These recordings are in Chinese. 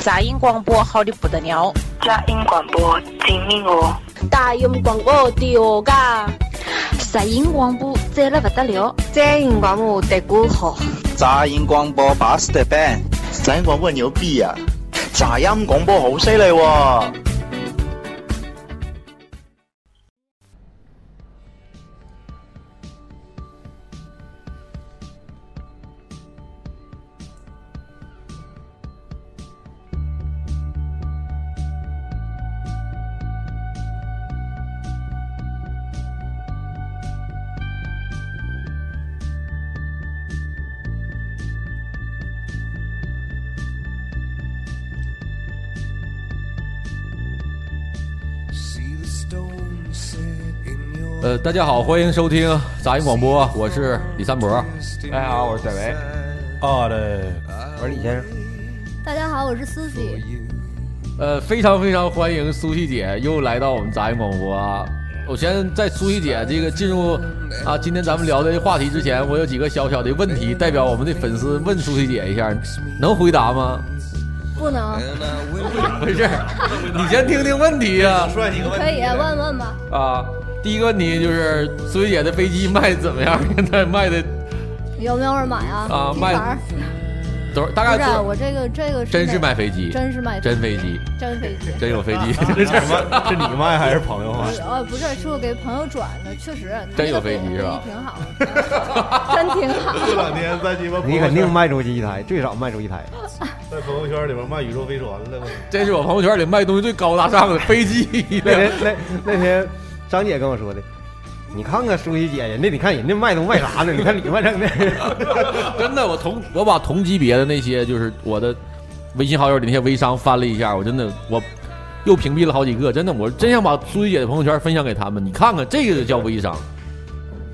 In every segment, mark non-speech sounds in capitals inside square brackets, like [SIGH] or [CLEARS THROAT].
杂音广播好的不得了，佳音广播精明哦，大音广播的哦嘎，杂音广播赞了不得了，杂音广播的歌好，杂音广播巴适的板，杂音广播牛逼啊，杂音广播好犀利喎！呃，大家好，欢迎收听杂音广播，我是李三博。大家好，我是戴维。哦，对，我是李先生。大家好，我是苏西。呃，非常非常欢迎苏西姐又来到我们杂音广播啊！我先在苏西姐这个进入啊，今天咱们聊的话题之前，我有几个小小的问题，代表我们的粉丝问苏西姐一下，能回答吗？不能，哎不是，你先听听问题呀、说你个问题可以啊问问吧。啊。第一个问题就是苏西姐的飞机卖怎么样？现在卖的有没有人买啊？啊品卖牌儿多少？大不概是啊，多我这个这个真那是卖飞机，真是卖真飞机，真飞机，真有飞机啊 [LAUGHS] 啊，这是是你卖还是朋友卖？呃，不是，是我给朋友转的，确实，他真那有个飞机是吧飞机挺好的，真挺好。这两天在鸡巴朋你友圈肯定卖出去一台，最少卖出一台。在朋友圈里边卖宇宙飞船了， [LAUGHS] 这是我朋友圈里卖东西最高大上的飞机一那辆天那那天张姐跟我说的，你看看舒淇姐，人家你看人家卖都卖啥呢？你看你卖成 [LAUGHS] 的， [LAUGHS] 真的，我同我把同级别的那些就是我的微信好友里那些微商翻了一下，我真的我又屏蔽了好几个，真的，我真想把苏西姐的朋友圈分享给他们，你看看这个就叫微商。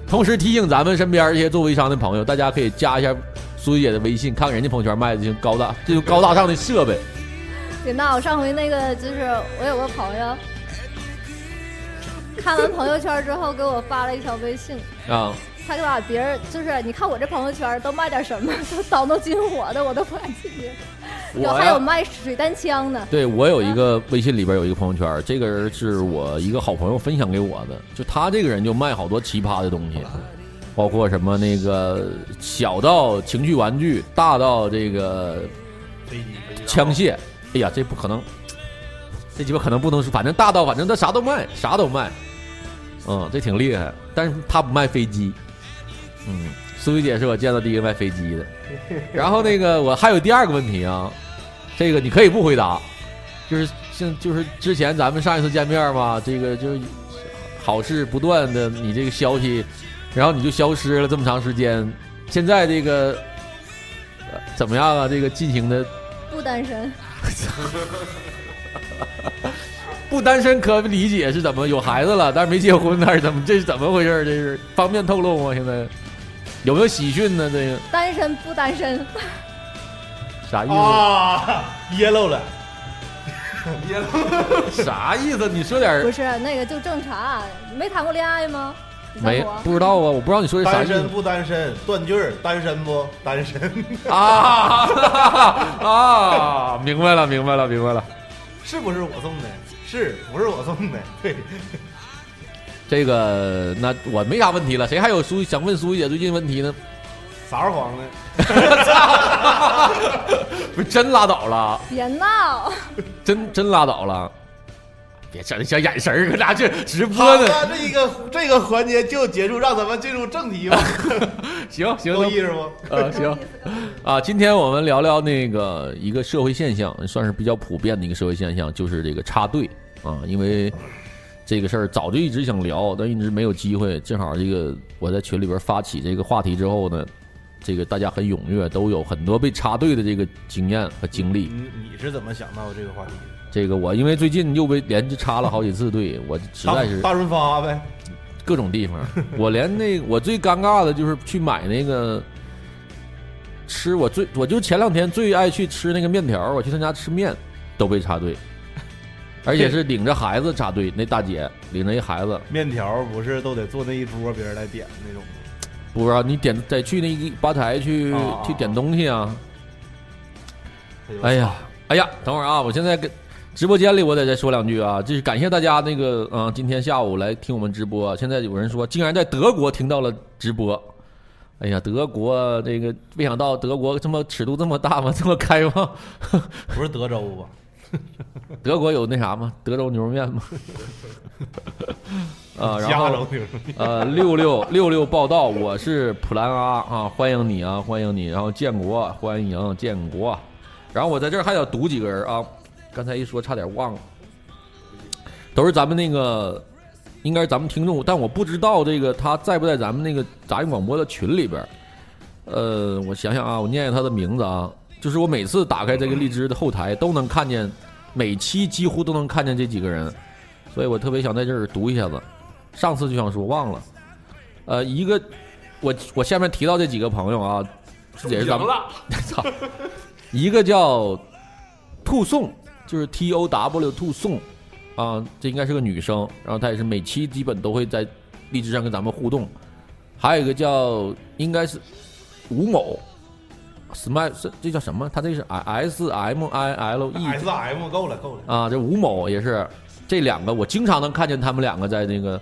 同时提醒咱们身边一些做微商的朋友，大家可以加一下苏西姐的微信，看看人家朋友圈卖的这种高大这种高大上的设备。别闹！上回那个就是我有个朋友，看完朋友圈之后给我发了一条微信，啊，他就把别人就是你看我这朋友圈都卖点什么，都倒弄金火的，我都不感兴趣。我有呀还有卖水弹枪的，对我有一个微信里边有一个朋友圈，这个人是我一个好朋友分享给我的，就他这个人就卖好多奇葩的东西，包括什么那个小到情趣玩具，大到这个飞机飞机枪械，哎呀，这不可能，这鸡巴可能不能说，反正大到反正他啥都卖，啥都卖，嗯，这挺厉害，但是他不卖飞机，嗯，苏雨姐是我见到第一个卖飞机的，然后那个我还有第二个问题啊，这个你可以不回答，就是像就是之前咱们上一次见面嘛，这个就是好事不断的，你这个消息，然后你就消失了这么长时间，现在这个。呃怎么样啊？这个进行的不单身，不单身可理解是怎么有孩子了，但是没结婚，还是怎么？这是怎么回事儿？这是方便透露吗？现在有没有喜讯呢？这个单身不单身，啥意思？啊，噎漏了，啥意思？你说点不儿是那个就正常，啊没谈过恋爱吗？你没像我不知道啊？我不知道你说的啥单意思身不单身？断句儿，单身不单身？啊 [LAUGHS] 啊！明白了，明白了，明白了。 [LAUGHS] 是不是我送的？是不是我送的？对，这个那我没啥问题了，谁还有苏想问苏姐最近问题呢？ [LAUGHS] 啥时候黄的？不是真拉倒了，别闹，真真拉倒了。别整那小眼神儿，搁俩这直好播呢。的，这一个这个环节就结束，让咱们进入正题吧，行行，有那意思 [LAUGHS] 不？呃，行啊，今天我们聊聊那个一个社会现象，算是比较普遍的一个社会现象，就是这个插队啊，因为这个事儿早就一直想聊，但一直没有机会。正好这个我在群里边发起这个话题之后呢，这个大家很踊跃，都有很多被插队的这个经验和经历。你你是怎么想到这个话题的？这个我因为最近又被连着插了好几次队，我实在是大大润发呗，各种地 [LAUGHS] 方。我连那我最尴尬的就是去买那个吃，我最我就前两天最爱去吃那个面条，我去他家吃面都被插队， [LAUGHS] 而且是领着孩子插队。那大姐领着一孩子，面条不是都得坐那一桌别人来点那种吗？不知道你点得去那个吧台去哦哦去点东西啊。他就哎呀，哎呀，等会儿啊，我现在跟直播间里我得再说两句啊，就是感谢大家那个啊、呃今天下午来听我们直播啊。现在有人说，竟然在德国听到了直播，哎呀，德国这个没想到德国这么尺度这么大吗？这 [LAUGHS] 么开吗？不是德州吧？德国有那啥吗？德州牛肉面吗？ [LAUGHS] 啊，然后加州牛肉 [LAUGHS] 面呃，六六六六报道，我是普兰阿啊，欢迎你啊，欢迎你，然后建国，欢迎建国，然后我在这儿还想读几个人啊，刚才一说差点忘了，都是咱们那个，应该是咱们听众，但我不知道这个他在不在咱们那个杂音广播的群里边儿。呃，我想想啊，我念念他的名字啊，就是我每次打开这个荔枝的后台，都能看见，每期几乎都能看见这几个人，所以我特别想在这儿读一下子。上次就想说忘了，呃，一个我我下面提到这几个朋友啊，也是咱们赢了， [LAUGHS] 操，一个叫兔送，就是 T O W 兔送啊，这应该是个女生，然后她也是每期基本都会在荔枝上跟咱们互动。还有一个叫应该是吴某，smile 是这叫什么？他这是啊 S M I L E S M 够了够了，啊，这吴某也是这两个，我经常能看见他们两个在那个，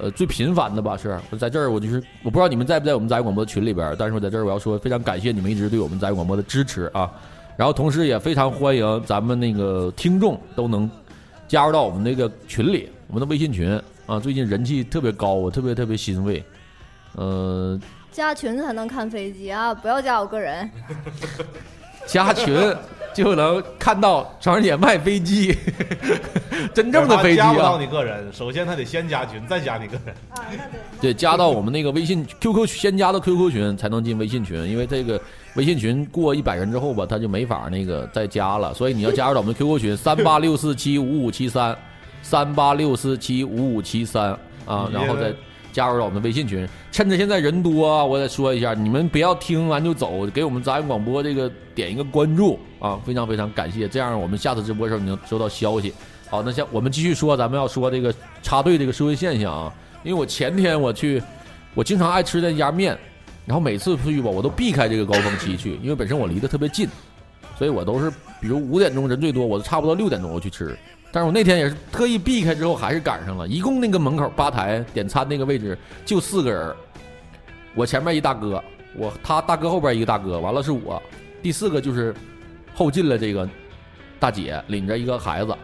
呃，最频繁的吧是在这儿，我就是我不知道你们在不在我们杂音广播群里边儿，但是我在这儿我要说，非常感谢你们一直对我们杂音广播的支持啊，然后同时也非常欢迎咱们那个听众都能加入到我们那个群里，我们的微信群啊，最近人气特别高，我特别特别欣慰，呃，加群才能看飞机啊！不要加我个人，加 [LAUGHS] 群就能看到常姐卖飞机， [LAUGHS] 真正的飞机 [LAUGHS] 加不啊到。你个人，首先他得先加群，再加你个人。对，加到我们那个微信 QQ 先加到 QQ 群才能进微信群，因为这个微信群过一百人之后吧，他就没法那个再加了，所以你要加入到我们 QQ 群三八六四七五五七三，三八六四七五五七三啊，然后再加入到我们微信群。趁着现在人多啊，我得说一下，你们不要听完就走，给我们杂音广播这个点一个关注啊，非常非常感谢，这样我们下次直播的时候你能收到消息。好，那像我们继续说，咱们要说这个插队这个社会现象啊，因为我前天我去，我经常爱吃那家面，然后每次去吧，我都避开这个高峰期去，因为本身我离得特别近，所以我都是比如五点钟人最多，我都差不多六点钟我去吃。但是我那天也是特意避开之后，还是赶上了。一共那个门口吧台点餐那个位置就四个人儿，我前面一大哥，我他大哥后边一个大哥，完了是我，第四个就是后进来这个大姐领着一个孩子，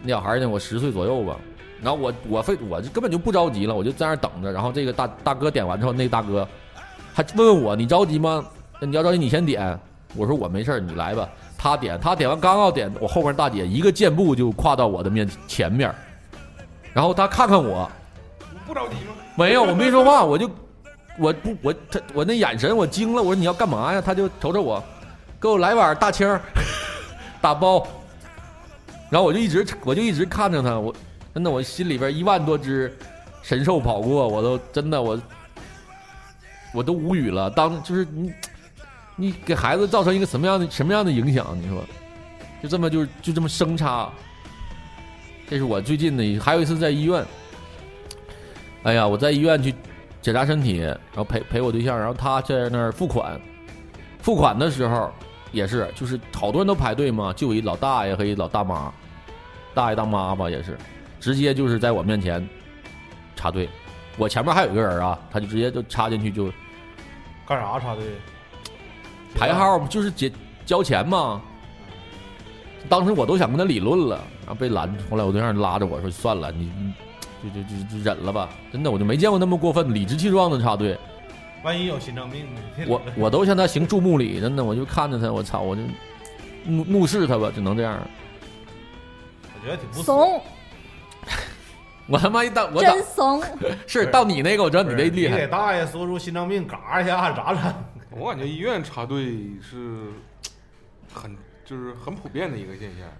那小孩儿呢，我十岁左右吧。然后我我非我就根本就不着急了，我就在那儿等着。然后这个大大哥点完之后，那大哥还问问我你着急吗？那你要着急你先点。我说我没事儿，你来吧。他点他点完刚要点，我后边大姐一个箭步就跨到我的面前面儿，然后他看看我，不着急吗？没有，我没说话，我就我不我他我那眼神我惊了，我说你要干嘛呀？他就瞅瞅我，给我来碗大清儿 [LAUGHS] 打包，然后我就一直我就一直看着他，我真的我心里边一万多只神兽跑过，我都真的我我都无语了。当就是你你给孩子造成一个什么样的什么样的影响？你说就这么就就这么生插。这是我最近的一，还有一次在医院，哎呀，我在医院去检查身体，然后陪陪我对象，然后他在那儿付款，付款的时候也是，就是好多人都排队嘛，就有一老大爷和一老大妈，大爷大妈吧也是，直接就是在我面前插队，我前面还有一个人啊，他就直接就插进去就干啥插队？排号，就是结交钱嘛。当时我都想跟他理论了，然后被拦住。后来我对象拉着我说：“算了，你你就就就就忍了吧。”真的，我就没见过那么过分、理直气壮的插队。万一有心脏病呢？我我都向他行注目礼，真的，我就看着他，我操，我就怒怒视他吧，只能这样。我觉得挺不怂，我他妈一到我到真怂。是到你那个，我知道你不那是厉你给害，大爷说出心脏病，嘎一下咋整？我感觉医院插队是很就是很普遍的一个现象。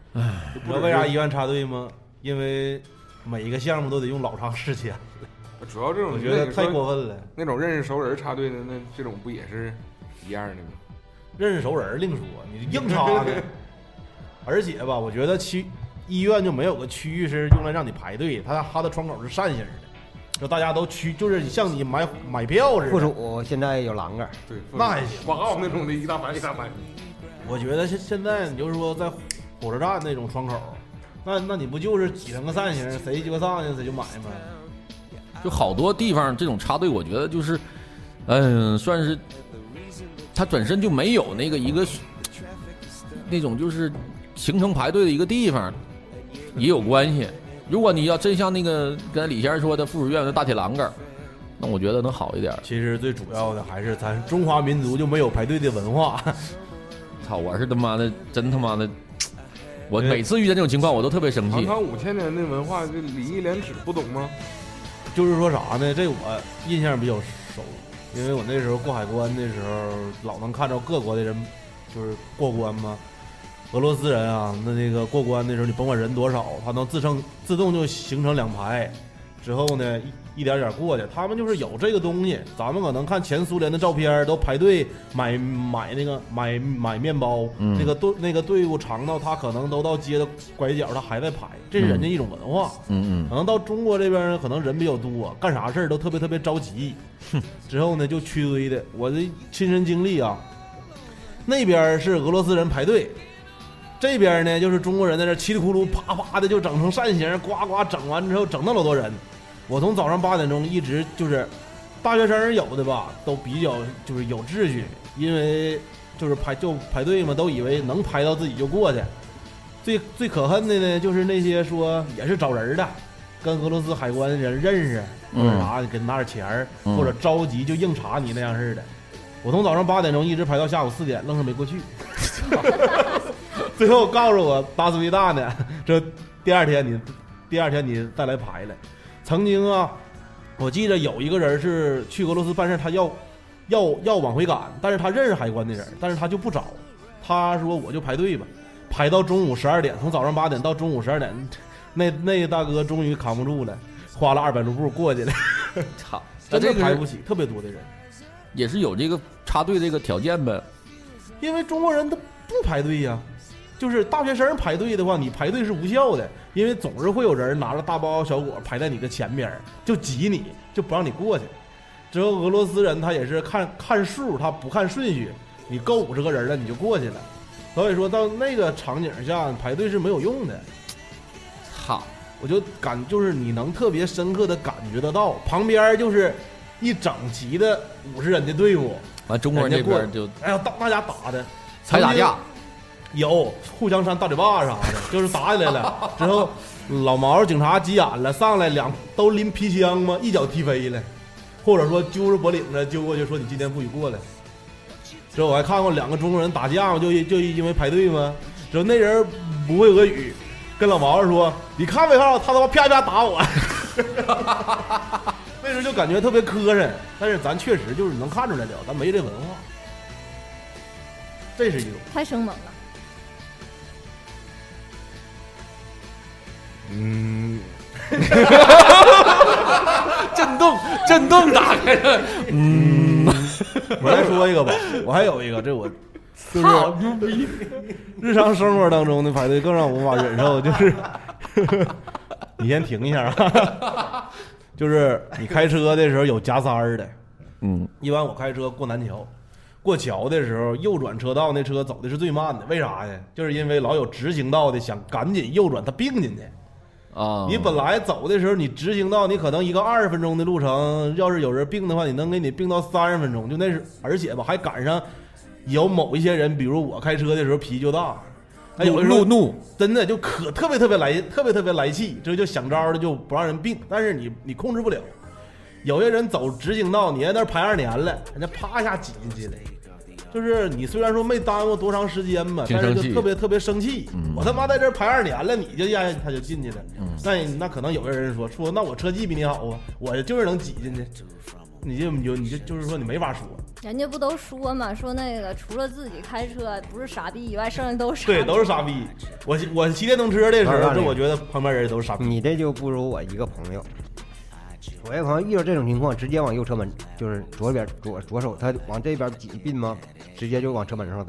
就你不知只道是为啥医院插队吗？因为每一个项目都得用老长时间。主要这种 [LAUGHS] 我觉得太过分了。那种认识熟人插队的，那这种不也是一样的吗？认识熟人另说，你硬插呢。而且吧，我觉得区医院就没有个区域是用来让你排队，它它的窗口是扇形的，就大家都区，就是像你买买票似的。附属现在有栏杆，对，那还行广告那种的一大排一大排。我觉得现现在你就是说在火车站那种窗口，那那你不就是挤成个扇形，谁鸡巴上去谁就买吗？就好多地方这种插队，我觉得就是，嗯，算是他本身就没有那个一个那种就是形成排队的一个地方，也有关系。如果你要真像那个跟李先生说的附属医院的大铁栏杆儿，那我觉得能好一点。其实最主要的还是咱中华民族就没有排队的文化。操，我是他妈的真他妈的，我每次遇见这种情况我都特别生唐气。唐五千年的文化，这礼义廉耻不懂吗？就是说啥呢？这我啊印象比较熟，因为我那时候过海关的时候，老能看着各国的人就是过关嘛。俄罗斯人啊，那那个过关的时候，你甭管人多少，他能自成自动就形成两排，之后呢一一点点过去。他们就是有这个东西，咱们可能看前苏联的照片儿，都排队买买那个买买面包，嗯那个队那个队伍长到他可能都到街的拐角，他还在排，这是人家一种文化。嗯可能到中国这边呢，可能人比较多，干啥事儿都特别特别着急。之后呢，就屈堆的。我的亲身经历啊，那边是俄罗斯人排队，这边呢就是中国人在这稀里咕噜啪啪的就整成扇形，呱呱整完之后整那老多人。我从早上八点钟一直就是，大学生有的吧都比较就是有秩序，因为就是排就排队嘛，都以为能排到自己就过去。最最可恨的呢，就是那些说也是找人儿的，跟俄罗斯海关人认识或者啥，给拿点钱儿，嗯或者着急就硬查你那样似的。我从早上八点钟一直排到下午四点，愣是没过去。 [LAUGHS] 最后告诉我巴斯维大呢，这第二天你第二天你再来排来。曾经啊，我记得有一个人是去俄罗斯办事，他要要要往回赶，但是他认识海关的人，但是他就不找。他说我就排队吧，排到中午十二点，从早上八点到中午十二点，那那大哥终于扛不住了，花了二百卢布过去了。操，那真的这个是排不起，特别多的人，也是有这个插队这个条件呗。因为中国人他不排队呀、就是大学生排队的话，你排队是无效的，因为总是会有人拿着大包小裹排在你的前边儿，就挤你，就不让你过去。之后俄罗斯人他也是看 [LAUGHS] 看数，他不看顺序，你够五十个人了你就过去了。所以说到那个场景下排队是没有用的。操，我就感就是你能特别深刻的感觉得到，旁边就是一整齐的五十人的队伍，完中国人这边儿就哎呀，大大家打的，还打架，有互相扇大嘴巴啥的， [LAUGHS] 就是打起来 [LAUGHS] 了。之后老毛警察急眼了，上来两都拎皮箱嘛，一脚踢飞了，或者说揪着脖领子揪过去说你今天不许过来。之后我还看过两个中国人打架嘛，就就因为排队嘛。之后那人不会俄语，跟老毛说：“你看没看到他他妈啪啪打 [LAUGHS] 我？”那时候就感觉特别磕碜，但是咱确实就是能看出来了，咱没这文化，这是一种。太生猛了。嗯，震动，震动打开了。嗯， [LAUGHS] 我来说一个吧，我还有一个，这我就是操牛逼！ [LAUGHS] 日常生活当中的排队更让我无法忍受，就是 [LAUGHS] 你先停一下啊， [LAUGHS] 就是你开车的时候有夹塞儿的，嗯，一般我开车过南桥，过桥的时候右转车道那车走的是最慢的，为啥呀？就是因为老有直行道的想赶紧右转，他并进去。啊，你本来走的时候，你直行道，你可能一个二十分钟的路程，要是有人并的话，你能给你并到三十分钟，就那是，而且吧，还赶上有某一些人，比如我开车的时候脾气就大，哎，有的时候路怒，真的就可特别特别来，特别特别来气，这就想招的就不让人并，但是你你控制不了，有些人走直行道，你在那儿排二年了，人家啪一下挤进去了。就是你虽然说没耽误多长时间吧，挺但是生就气特别特别生气。我他妈在这儿排二年了，你就让他就进去了。那你那可能有个人说说，那我车技比你好啊，我就是能挤进去。你就你就你就就是说你没法说，人家不都说嘛，说那个除了自己开车不是傻逼以外，剩下都是傻逼。对，都是傻逼。我我骑电动车的时那候，那这你我觉得旁边人都是傻逼。你这就不如我一个朋友。我一个朋友遇到这种情况，直接往右车门，就是左边左左手，他往这边挤并吗？直接就往车门上怼。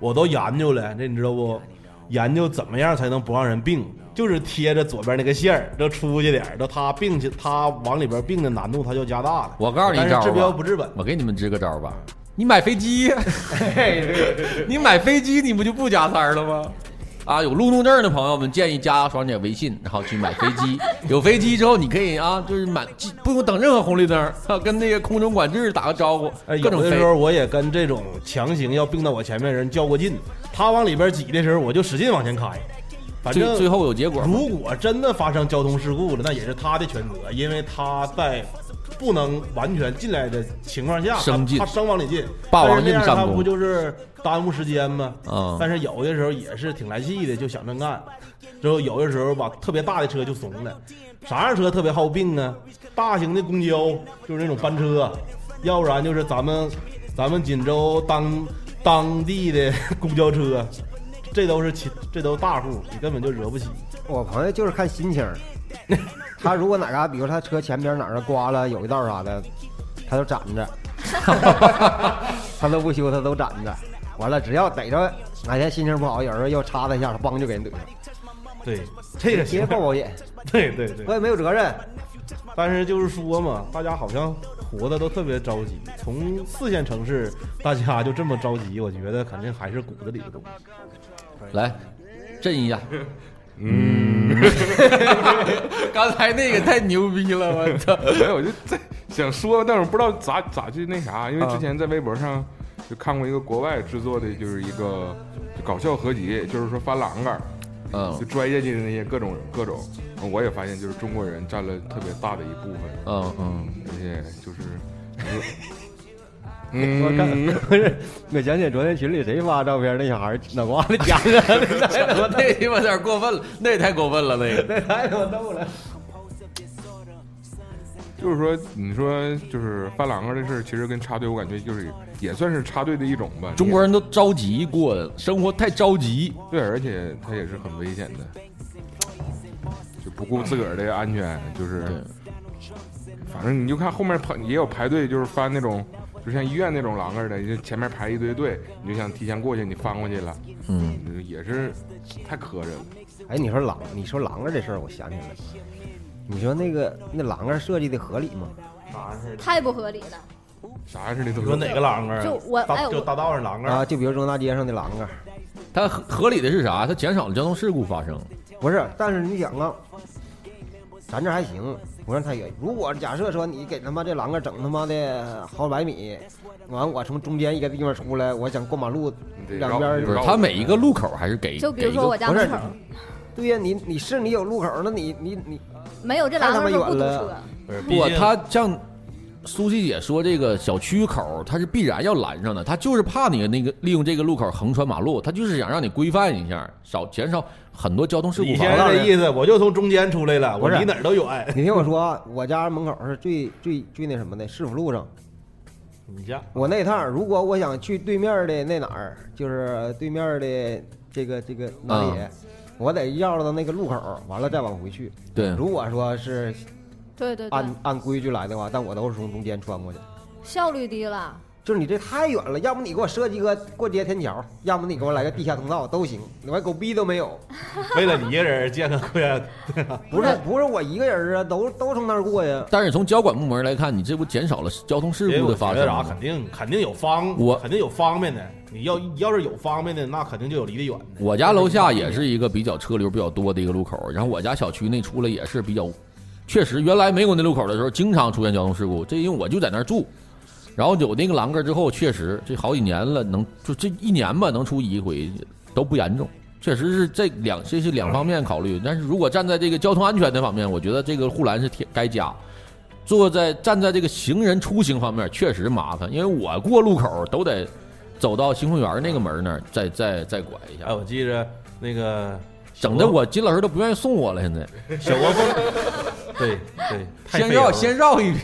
我都研究了，这你知道不？研究怎么样才能不让人并，就是贴着左边那个线儿，这出去点儿，这他并且他往里边并的难度它就加大了。我告诉你但一招是吧治标不治本。我给你们支个招吧。你买飞机，你买飞机你不就不加塞儿了吗？啊，有路怒症的朋友们建议加爽姐微信，然后去买飞机。有飞机之后，你可以啊，就是满不用等任何红绿灯，啊跟那个空中管制打个招呼，各哎，有种的飞时。候我也跟这种强行要并到我前面的人较过劲，他往里边挤的时候，我就使劲往前开。反正最最后有结果吗如果真的发生交通事故了，那也是他的全责，因为他在不能完全进来的情况下，生进他他生往里进，霸王硬但是这样上他弓不就是耽误时间吗？啊但是有的时候也是挺来气的，就想这么干。之后有的时候吧，特别大的车就怂了，啥样车特别好病啊？大型的公交就是那种班车，要不然就是咱们咱们锦州当当地的公交车，这都是其这都大户，你根本就惹不起。我朋友就是看心情 [LAUGHS] 儿，他如果哪嘎，比如他车前边哪儿刮了有一道啥的，他都攒着，他都不修，他都攒着。完了，只要逮着哪天心情不好，有人要插他一下，他梆就给人怼上。对，这个是别报保险， [LAUGHS] 对对对我，也没有责任。但是就是说嘛，大家好像活的都特别着急，从四线城市大家就这么着急，我觉得肯定还是骨子里的东西。 [LAUGHS] 来，震一下。嗯， [LAUGHS] 刚才那个太牛逼了，我操！没有，我就在想说，但是我不知道咋咋去那啥，因为之前在微博上就看过一个国外制作的，就是一个就搞笑合集，就是说翻栏杆儿，嗯就拽进去的那些各种各种，嗯我也发现就是中国人占了特别大的一部分，嗯嗯，而且就是。 [LAUGHS] 我嗯，看不是，我想起昨天群里谁发照片，那小孩脑瓜子夹着，那他妈有点过分了，那也太过分了，那个。那太他妈逗了。 [LAUGHS] 就是说，你说就是翻栏杆儿这事儿，其实跟插队，我感觉就是也算是插队的一种吧。中国人都着急过，生活太着急。对，而且它也是很危险的，就不顾自个儿的安全，就是，反正你就看后面排也有排队，就是翻那种，就像医院那种栏杆儿的，就前面排一堆队，你就想提前过去，你翻过去了，嗯，也是太磕碜了。哎，你说狼，你说狼啊儿这事儿，我想起来了。你说那个那狼儿设计的合理吗？啥是太不合理了。啥似的都你说哪个栏杆儿啊？就我大哎就我大道上栏杆儿啊，就比如中大街上的狼啊儿，它合合理的是啥？它减少了交通事故发生。不是，但是你想啊，咱这还行，不算太远。如果假设说你给他妈这狼儿整他妈的好百米，完我从中间一个地方出来，我想过马路，你得两绕边儿不是，绕它每一个路口还是给就比给如一说个我家不是门口对呀，你你是你有路口，那你你你没有这栏杆儿太他都妈不堵远车了，毕不，竟他像苏西姐说，这个小区口他是必然要拦上的，他就是怕你那个利用这个路口横穿马路，他就是想让你规范一下，少减少很多交通事故李发先生。生这意思，我就从中间出来了，我不是离哪儿都远。 [LAUGHS] 你听我说啊，我家门口是最最最那什么的市府路上，你 [LAUGHS] 家我那趟儿如果我想去对面儿的那哪儿，就是对面儿的这个这个哪里，啊我得绕到那个路口儿，完了再往回去。对如果说是对对对按，按规矩来的话，但我都是从中间穿过去。效率低了。就是你这太远了，要不你给我设计个过街天桥，要么你给我来个地下通道都行，你完狗逼都没有。为了你一个人见个贵人， [LAUGHS] 不是不是我一个人儿啊，都都从那儿过呀。但是从交管部门来看，你这不减少了交通事因为故我的觉发得生啥吗肯？定肯定有方，我肯定有方便的。你要要是有方便的，那肯定就有离得远的。我家楼下也是一个比较车流比较多的一个路口，然后我家小区那出来也是比较，确实原来没有那路口的时候，经常出现交通事故。这因为我就在那儿住，然后有那个栏杆之后，确实这好几年了，能就这一年吧，能出一回都不严重。确实是这两这是两方面考虑，但是如果站在这个交通安全这方面，我觉得这个护栏是贴该加。坐在站在这个行人出行方面确实麻烦，因为我过路口都得走到行控园那个门那儿，再再再拐一下。哎，我记着那个整的我金老师都不愿意送我了，现在 [LAUGHS] 小国凤， [LAUGHS] 对对，太先费油绕了先绕一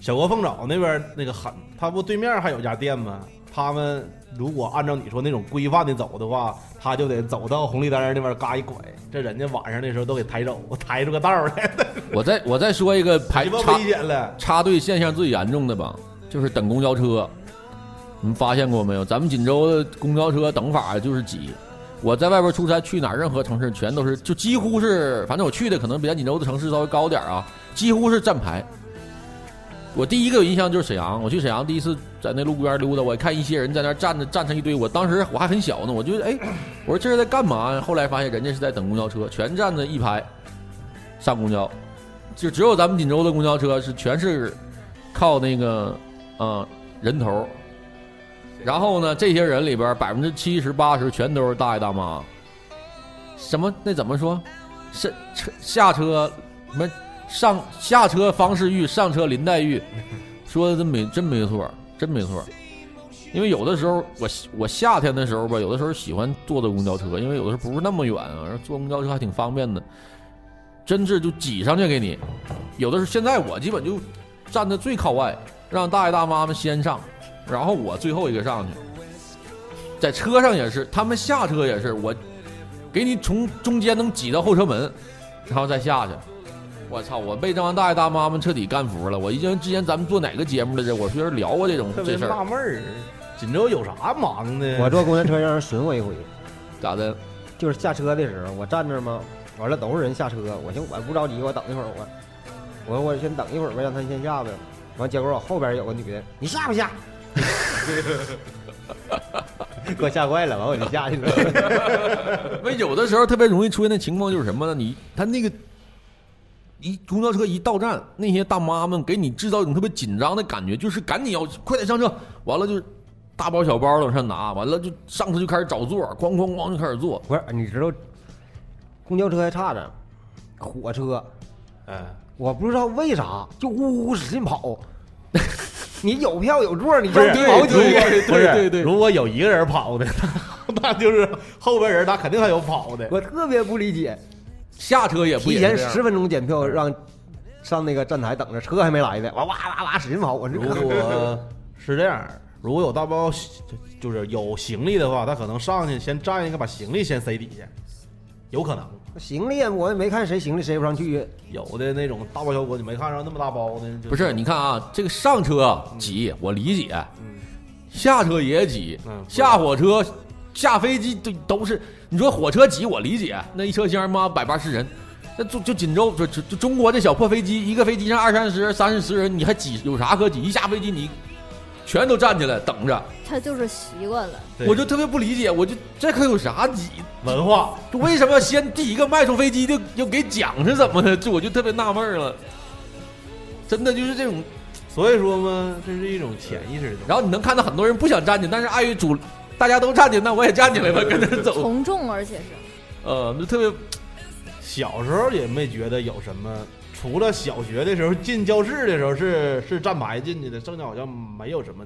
小国凤爪那边那个喊，他不对面还有家店吗？他们如果按照你说那种规范的走的话，他就得走到红绿灯那边嘎一拐，这人家晚上的时候都给抬走， [LAUGHS] 抬出个道儿来，我再我再说一个排你妈插危险了。插队现象最严重的吧，就是等公交车，你们发现过没有？咱们锦州的公交车等法就是挤。我在外边出差，去哪儿任何城市全都是，就几乎是，反正我去的可能比咱锦州的城市稍微高点儿啊，几乎是站牌。我第一个印象就是沈阳，我去沈阳第一次在那路边溜达，我看一些人在那站着站成一堆，我当时我还很小呢，我就哎，我说这是在干嘛呀？后来发现人家是在等公交车，全站着一排上公交，就只有咱们锦州的公交车是全是靠那个啊、呃人头儿，然后呢，这些人里边百分之七十八十全都是大爷大妈，什么那怎么说？是车下车什么上下车方世玉，上车林黛玉，说的真没真没错，真没错。因为有的时候我我夏天的时候吧，有的时候喜欢坐坐公交车，因为有的时候不是那么远啊，然后坐公交车还挺方便的。真是就挤上去给你，有的时候现在我基本就站在最靠外，让大爷大妈们先上，然后我最后一个上去。在车上也是，他们下车也是，我给你从中间能挤到后车门，然后再下去。我操！我被这帮大爷大妈们彻底干服了。我已经之前咱们做哪个节目来着？我是聊过这种特别这事纳儿，闷儿，锦州有啥忙的？我坐公交车让人损我一回，咋的？就是下车的时候，我站那儿嘛，完了都是人下车，我寻思我不着急，我等一会儿我，我我先等一会儿呗，让他先下呗。完，结果我后边有个女的，你下不下？ [LAUGHS] 给我吓坏了，完我就下去了。 [LAUGHS] 那有的时候特别容易出现的情况就是什么呢？你他那个一公交车一到站，那些大妈们给你制造一种特别紧张的感觉，就是赶紧要快点上车，完了就大包小包的往上拿，完了就上车就开始找座，咣咣咣就开始坐。不是，你知道公交车还差着，火车，哎，我不知道为啥就呜呜使劲跑。你有票有座，你就不是跑几对个。不是如果有一个人跑的， [LAUGHS] 那就是后边人，他肯定还有跑的。我特别不理解，下车也不提也是前这样十分钟检票，让上那个站台等着，车还没来呢，哇哇哇哇使劲跑，我这如果是这样，如果有大包，就是有行李的话，他可能上去先站一个，把行李先塞底下，有可能。行李我也没看谁行李谁不上去，有的那种大包小裹，你没看着那么大包的，就不是，你看啊，这个上车挤我理解，下车也挤，下火车、下飞机都都是。你说火车挤我理解，那一车厢妈百八十人，那就就锦州就就就中国这小破飞机，一个飞机上二三十人、三四十人，你还挤有啥可挤？一下飞机你全都站起来等着，他就是习惯了。我就特别不理解，我就这可有啥挤？文化这为什么要先第一个迈出飞机就就给奖是怎么的？这我就特别纳闷儿了，真的就是这种。所以说嘛，这是一种潜意识的。然后你能看到很多人不想站起，但是碍于主大家都站起，那我也站起来吧，跟着走。从众，而且是呃，就特别小时候也没觉得有什么，除了小学的时候进教室的时候是是站排进去的，剩下好像没有什么，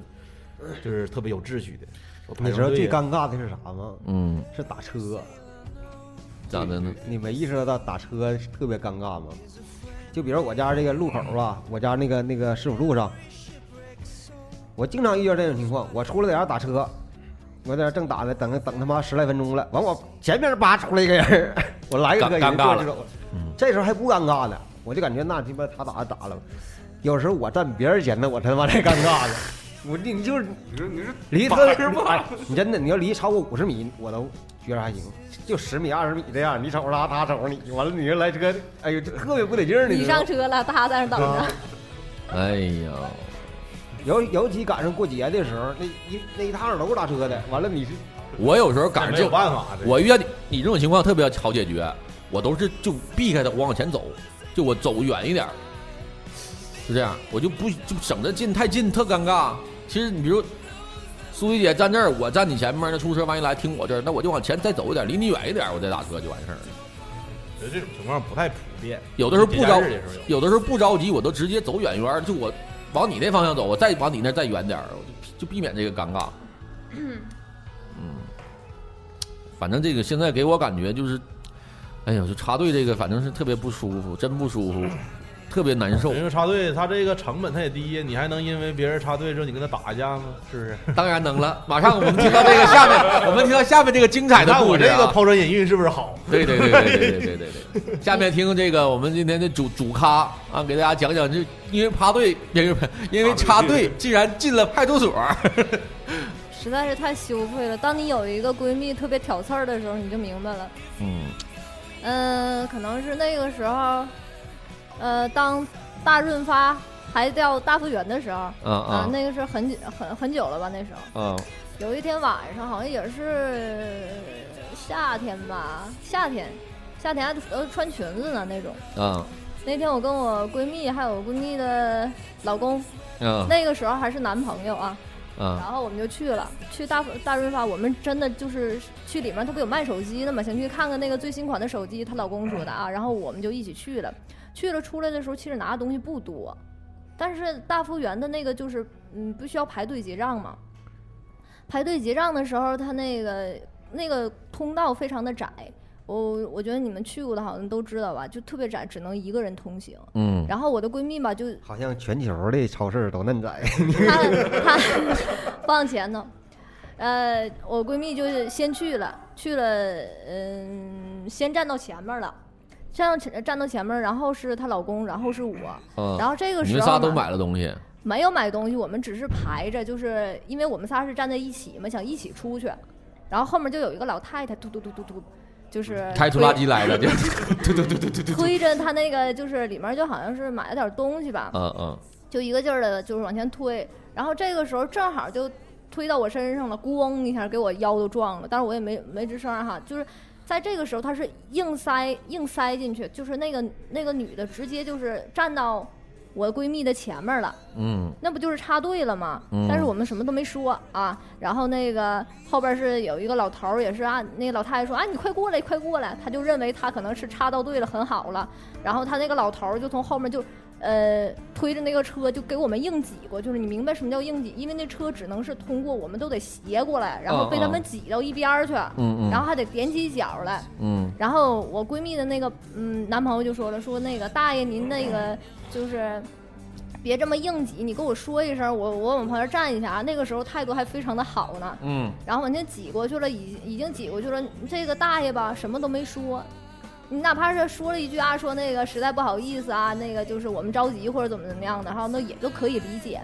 就是特别有秩序的。我排你上知道队最啊尴尬的是啥吗？嗯，是打车。咋的呢？你没意识到打车是特别尴尬吗？就比如我家这个路口吧，我家那个那个市府路上，我经常遇到这种情况。我出来在那打车，我在那正打着，等等他妈十来分钟了，完我前面叭出来一个人， [LAUGHS] 我来个车尴人尴尬坐了嗯着走了，这时候还不尴尬呢，我就感觉那鸡巴他打打了。有时候我占别人钱呢，我他妈才尴尬呢。我你你就是你说你是离八特十吗哎你真的你要离超过五十米，我都觉得还行，就十米二十米这样，你瞅他，他瞅你，完了你就来车，哎呦，这特别不得劲儿，你知道上吗？车了，他在那等着。哎呀，尤尤其赶上过节的时候，那一那一趟都是打车的，完了你是我有时候赶上没有这办法这我遇见你你这种情况特别好解决，我都是就避开他，我往前走，就我走远一点儿，就这样，我就不就省得近太近特尴尬。其实你比如苏怡姐站这儿，我站你前面，那出租车万一来停我这儿，那我就往前再走一点，离你远一点，我再打车就完事儿了。觉得这种情况不太普遍。有的时候不着节假日的时候，有有的时候不着急，我都直接走远远儿，就我往你那方向走，我再往你那儿再远点儿，我就就避免这个尴尬。 [CLEARS THROAT] 嗯，反正这个现在给我感觉就是，哎呀，就插队这个反正是特别不舒服，真不舒服，特别难受。因为插队，他这个成本他也低，你还能因为别人插队之后你跟他打一架吗？是 [LAUGHS] 不是？当然能了，马上我们听到这个下面，我们听到下面这个精彩的那故我事、这啊。个抛砖引玉是不是好？对对对对对对对对对。下面听这个我们今天的主主咖啊，给大家讲讲，就因为插队，因为因为插队，竟然进了派出所。实在是太羞愧了。当你有一个闺蜜特别挑刺儿的时候，你就明白了。嗯，嗯，可能是那个时候，呃，当大润发还掉大复原的时候，啊啊那个是很久很很久了吧？那时候啊有一天晚上，好像也是呃夏天吧，夏天，夏天还呃穿裙子呢那种。啊那天我跟我闺蜜还有我闺蜜的老公，啊那个时候还是男朋友啊，然啊后我们就去了，去大大润发，我们真的就是去里面，他不有卖手机的嘛，想去看看那个最新款的手机，她老公说的啊，然后我们就一起去了，去了出来的时候其实拿的东西不多，但是大福源的那个就是嗯不需要排队结账嘛，排队结账的时候，他那个那个通道非常的窄。我我觉得你们去过的好像都知道吧，就特别窄，只能一个人通行。嗯然后我的闺蜜吧，就好像全球的超市都嫩窄。放钱呢。呃，我闺蜜就是先去了，去了，嗯，先站到前面了，站到前站到前面，然后是她老公，然后是我，啊！然后这个时你们候仨呢都买了东西，没有买东西，我们只是排着，就是因为我们仨是站在一起嘛，想一起出去，然后后面就有一个老太太，嘟嘟嘟嘟嘟，就是开拖拉机来了，就对对对对对对对，推着她那个，就是里面就好像是买了点东西吧， [LAUGHS] 啊啊就一个劲儿的，就是往前推。然后这个时候正好就推到我身上了，咣一下给我腰都撞了，但是我也没没吱声儿哈。就是在这个时候，他是硬塞硬塞进去，就是那个那个女的直接就是站到我闺蜜的前面了。嗯那不就是插队了吗？嗯但是我们什么都没说啊。然后那个后边是有一个老头儿，也是啊，那个老太太说啊，你快过来，快过来。他就认为他可能是插到队了，很好了。然后他那个老头儿就从后面就呃推着那个车就给我们硬挤过，就是你明白什么叫硬挤？因为那车只能是通过，我们都得斜过来，然后被他们嗯嗯挤到一边儿去，嗯嗯然后还得踮起脚来。嗯然后我闺蜜的那个嗯男朋友就说了，说那个大爷您那个就是别这么硬挤，你跟我说一声，我我往旁边站一下啊。那个时候态度还非常的好呢，嗯然后往前挤过去了，已已经挤过去了。嗯这个大爷吧，什么都没说，你哪怕是说了一句啊，说那个实在不好意思啊，那个就是我们着急或者怎么怎么样的，然后那也都可以理解。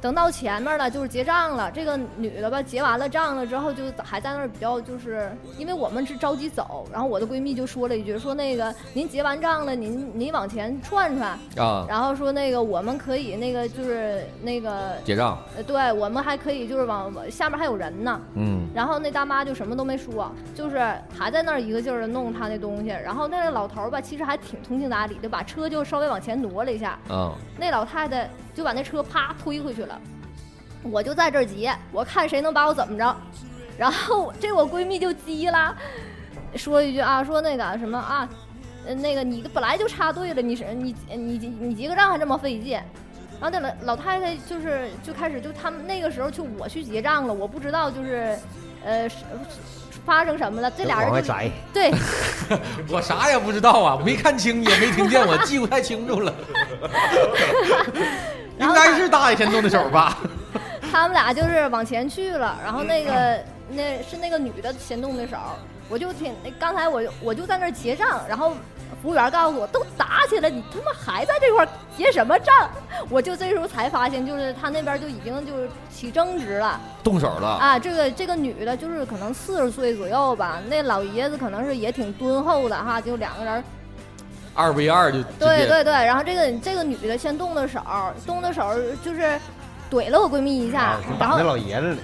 等到前面了，就是结账了。这个女的吧，结完了账了之后，就还在那儿比较，就是因为我们是着急走，然后我的闺蜜就说了一句，说那个您结完账了，您您往前串串，啊然后说那个我们可以那个就是那个结账，呃，对我们还可以就是往往下面还有人呢。嗯然后那大妈就什么都没说，就是还在那儿一个劲儿的弄她那东西。然后那个老头儿吧，其实还挺通情达理的，把车就稍微往前挪了一下。啊那老太太就把那车啪推回去了。我就在这儿急，我看谁能把我怎么着。然后这我闺蜜就急了，说一句啊，说那个什么啊，呃那个你本来就插队了，你是你呃你你你结个账还这么费劲。然后那老老太太就是就开始就他们那个时候就我去结账了，我不知道就是，呃，是发生什么了，这俩人往外就摘对，我啥也不知道啊，我没看清也没听见，我记不太清楚 [LAUGHS] 了。应该是大爷先动的手吧？他们俩就是往前去了，然后那个那是那个女的先动的手，我就挺刚才我就我就在那儿结账，然后服务员告诉我都打起来，你他妈还在这块儿结什么账？ [LAUGHS] 我就这时候才发现，就是他那边就已经就是起争执了动手了啊，这个这个女的就是可能四十岁左右吧，那老爷子可能是也挺敦厚的哈，就两个人二 v 二就直对接对对，然后这个这个女的先动的手，动的手就是怼了我闺蜜一下，啊然打后啊那老爷子呢？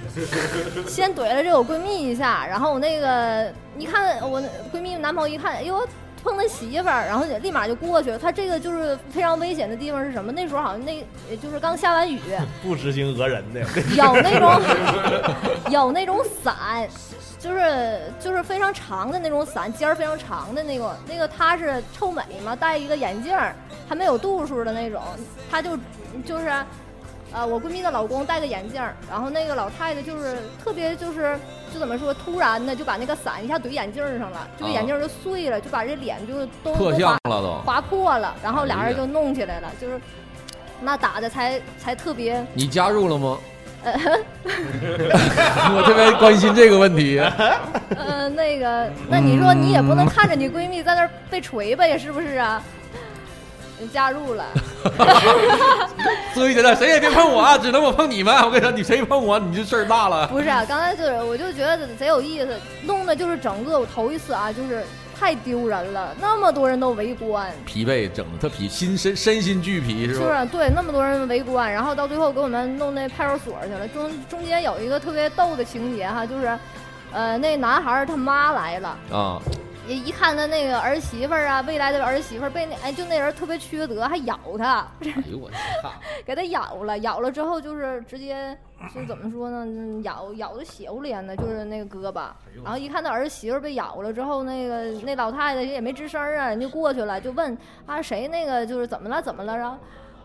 先怼了这我闺蜜一下，然后我那个一看我那闺蜜男朋友一看，哎呦碰他媳妇儿，然后就立马就过去了。他这个就是非常危险的地方是什么？那时候好像那也就是刚下完雨， [LAUGHS] 不实行讹人的， [LAUGHS] 有那种有那种伞，就是就是非常长的那种伞，尖儿非常长的那个。那个她是臭美嘛，戴一个眼镜儿，还没有度数的那种，她就就是。呃，我闺蜜的老公戴个眼镜儿，然后那个老太太就是特别就是就怎么说，突然的就把那个伞一下怼眼镜儿上了，就啊眼镜儿就碎了，就把这脸就是都破都相划了都划破了，然后俩哎呀人就弄起来了，就是那打的才才特别你加入了吗？呃 [LAUGHS] [LAUGHS] 我特别关心这个问题。啊呃，那个，那你说你也不能看着你闺蜜在那儿被锤吧，也是不是啊？你加入了，所以觉得谁也别碰我啊，只能我碰你们。我跟你说，你谁碰我，你就事儿大了。不是、啊？刚才就是，我就觉得贼有意思，弄的就是整个我头一次啊，就是太丢人了，那么多人都围观。疲惫，整的特疲，心身身心俱疲，是是吧？啊，对，那么多人围观，然后到最后给我们弄那派出所去了。中中间有一个特别逗的情节哈，就是，呃，那男孩儿他妈来了，啊，一一看他那个儿媳妇儿啊，未来的儿媳妇儿被那哎，就那人特别缺德，还咬他，哎呦我操！给他咬了，咬了之后就是直接就怎么说呢，嗯咬咬的血乎连的，就是那个胳膊。然后一看他儿媳妇被咬了之后，那个那老太太也没吱声儿啊，人就过去了，就问啊谁那个就是怎么了怎么了，然后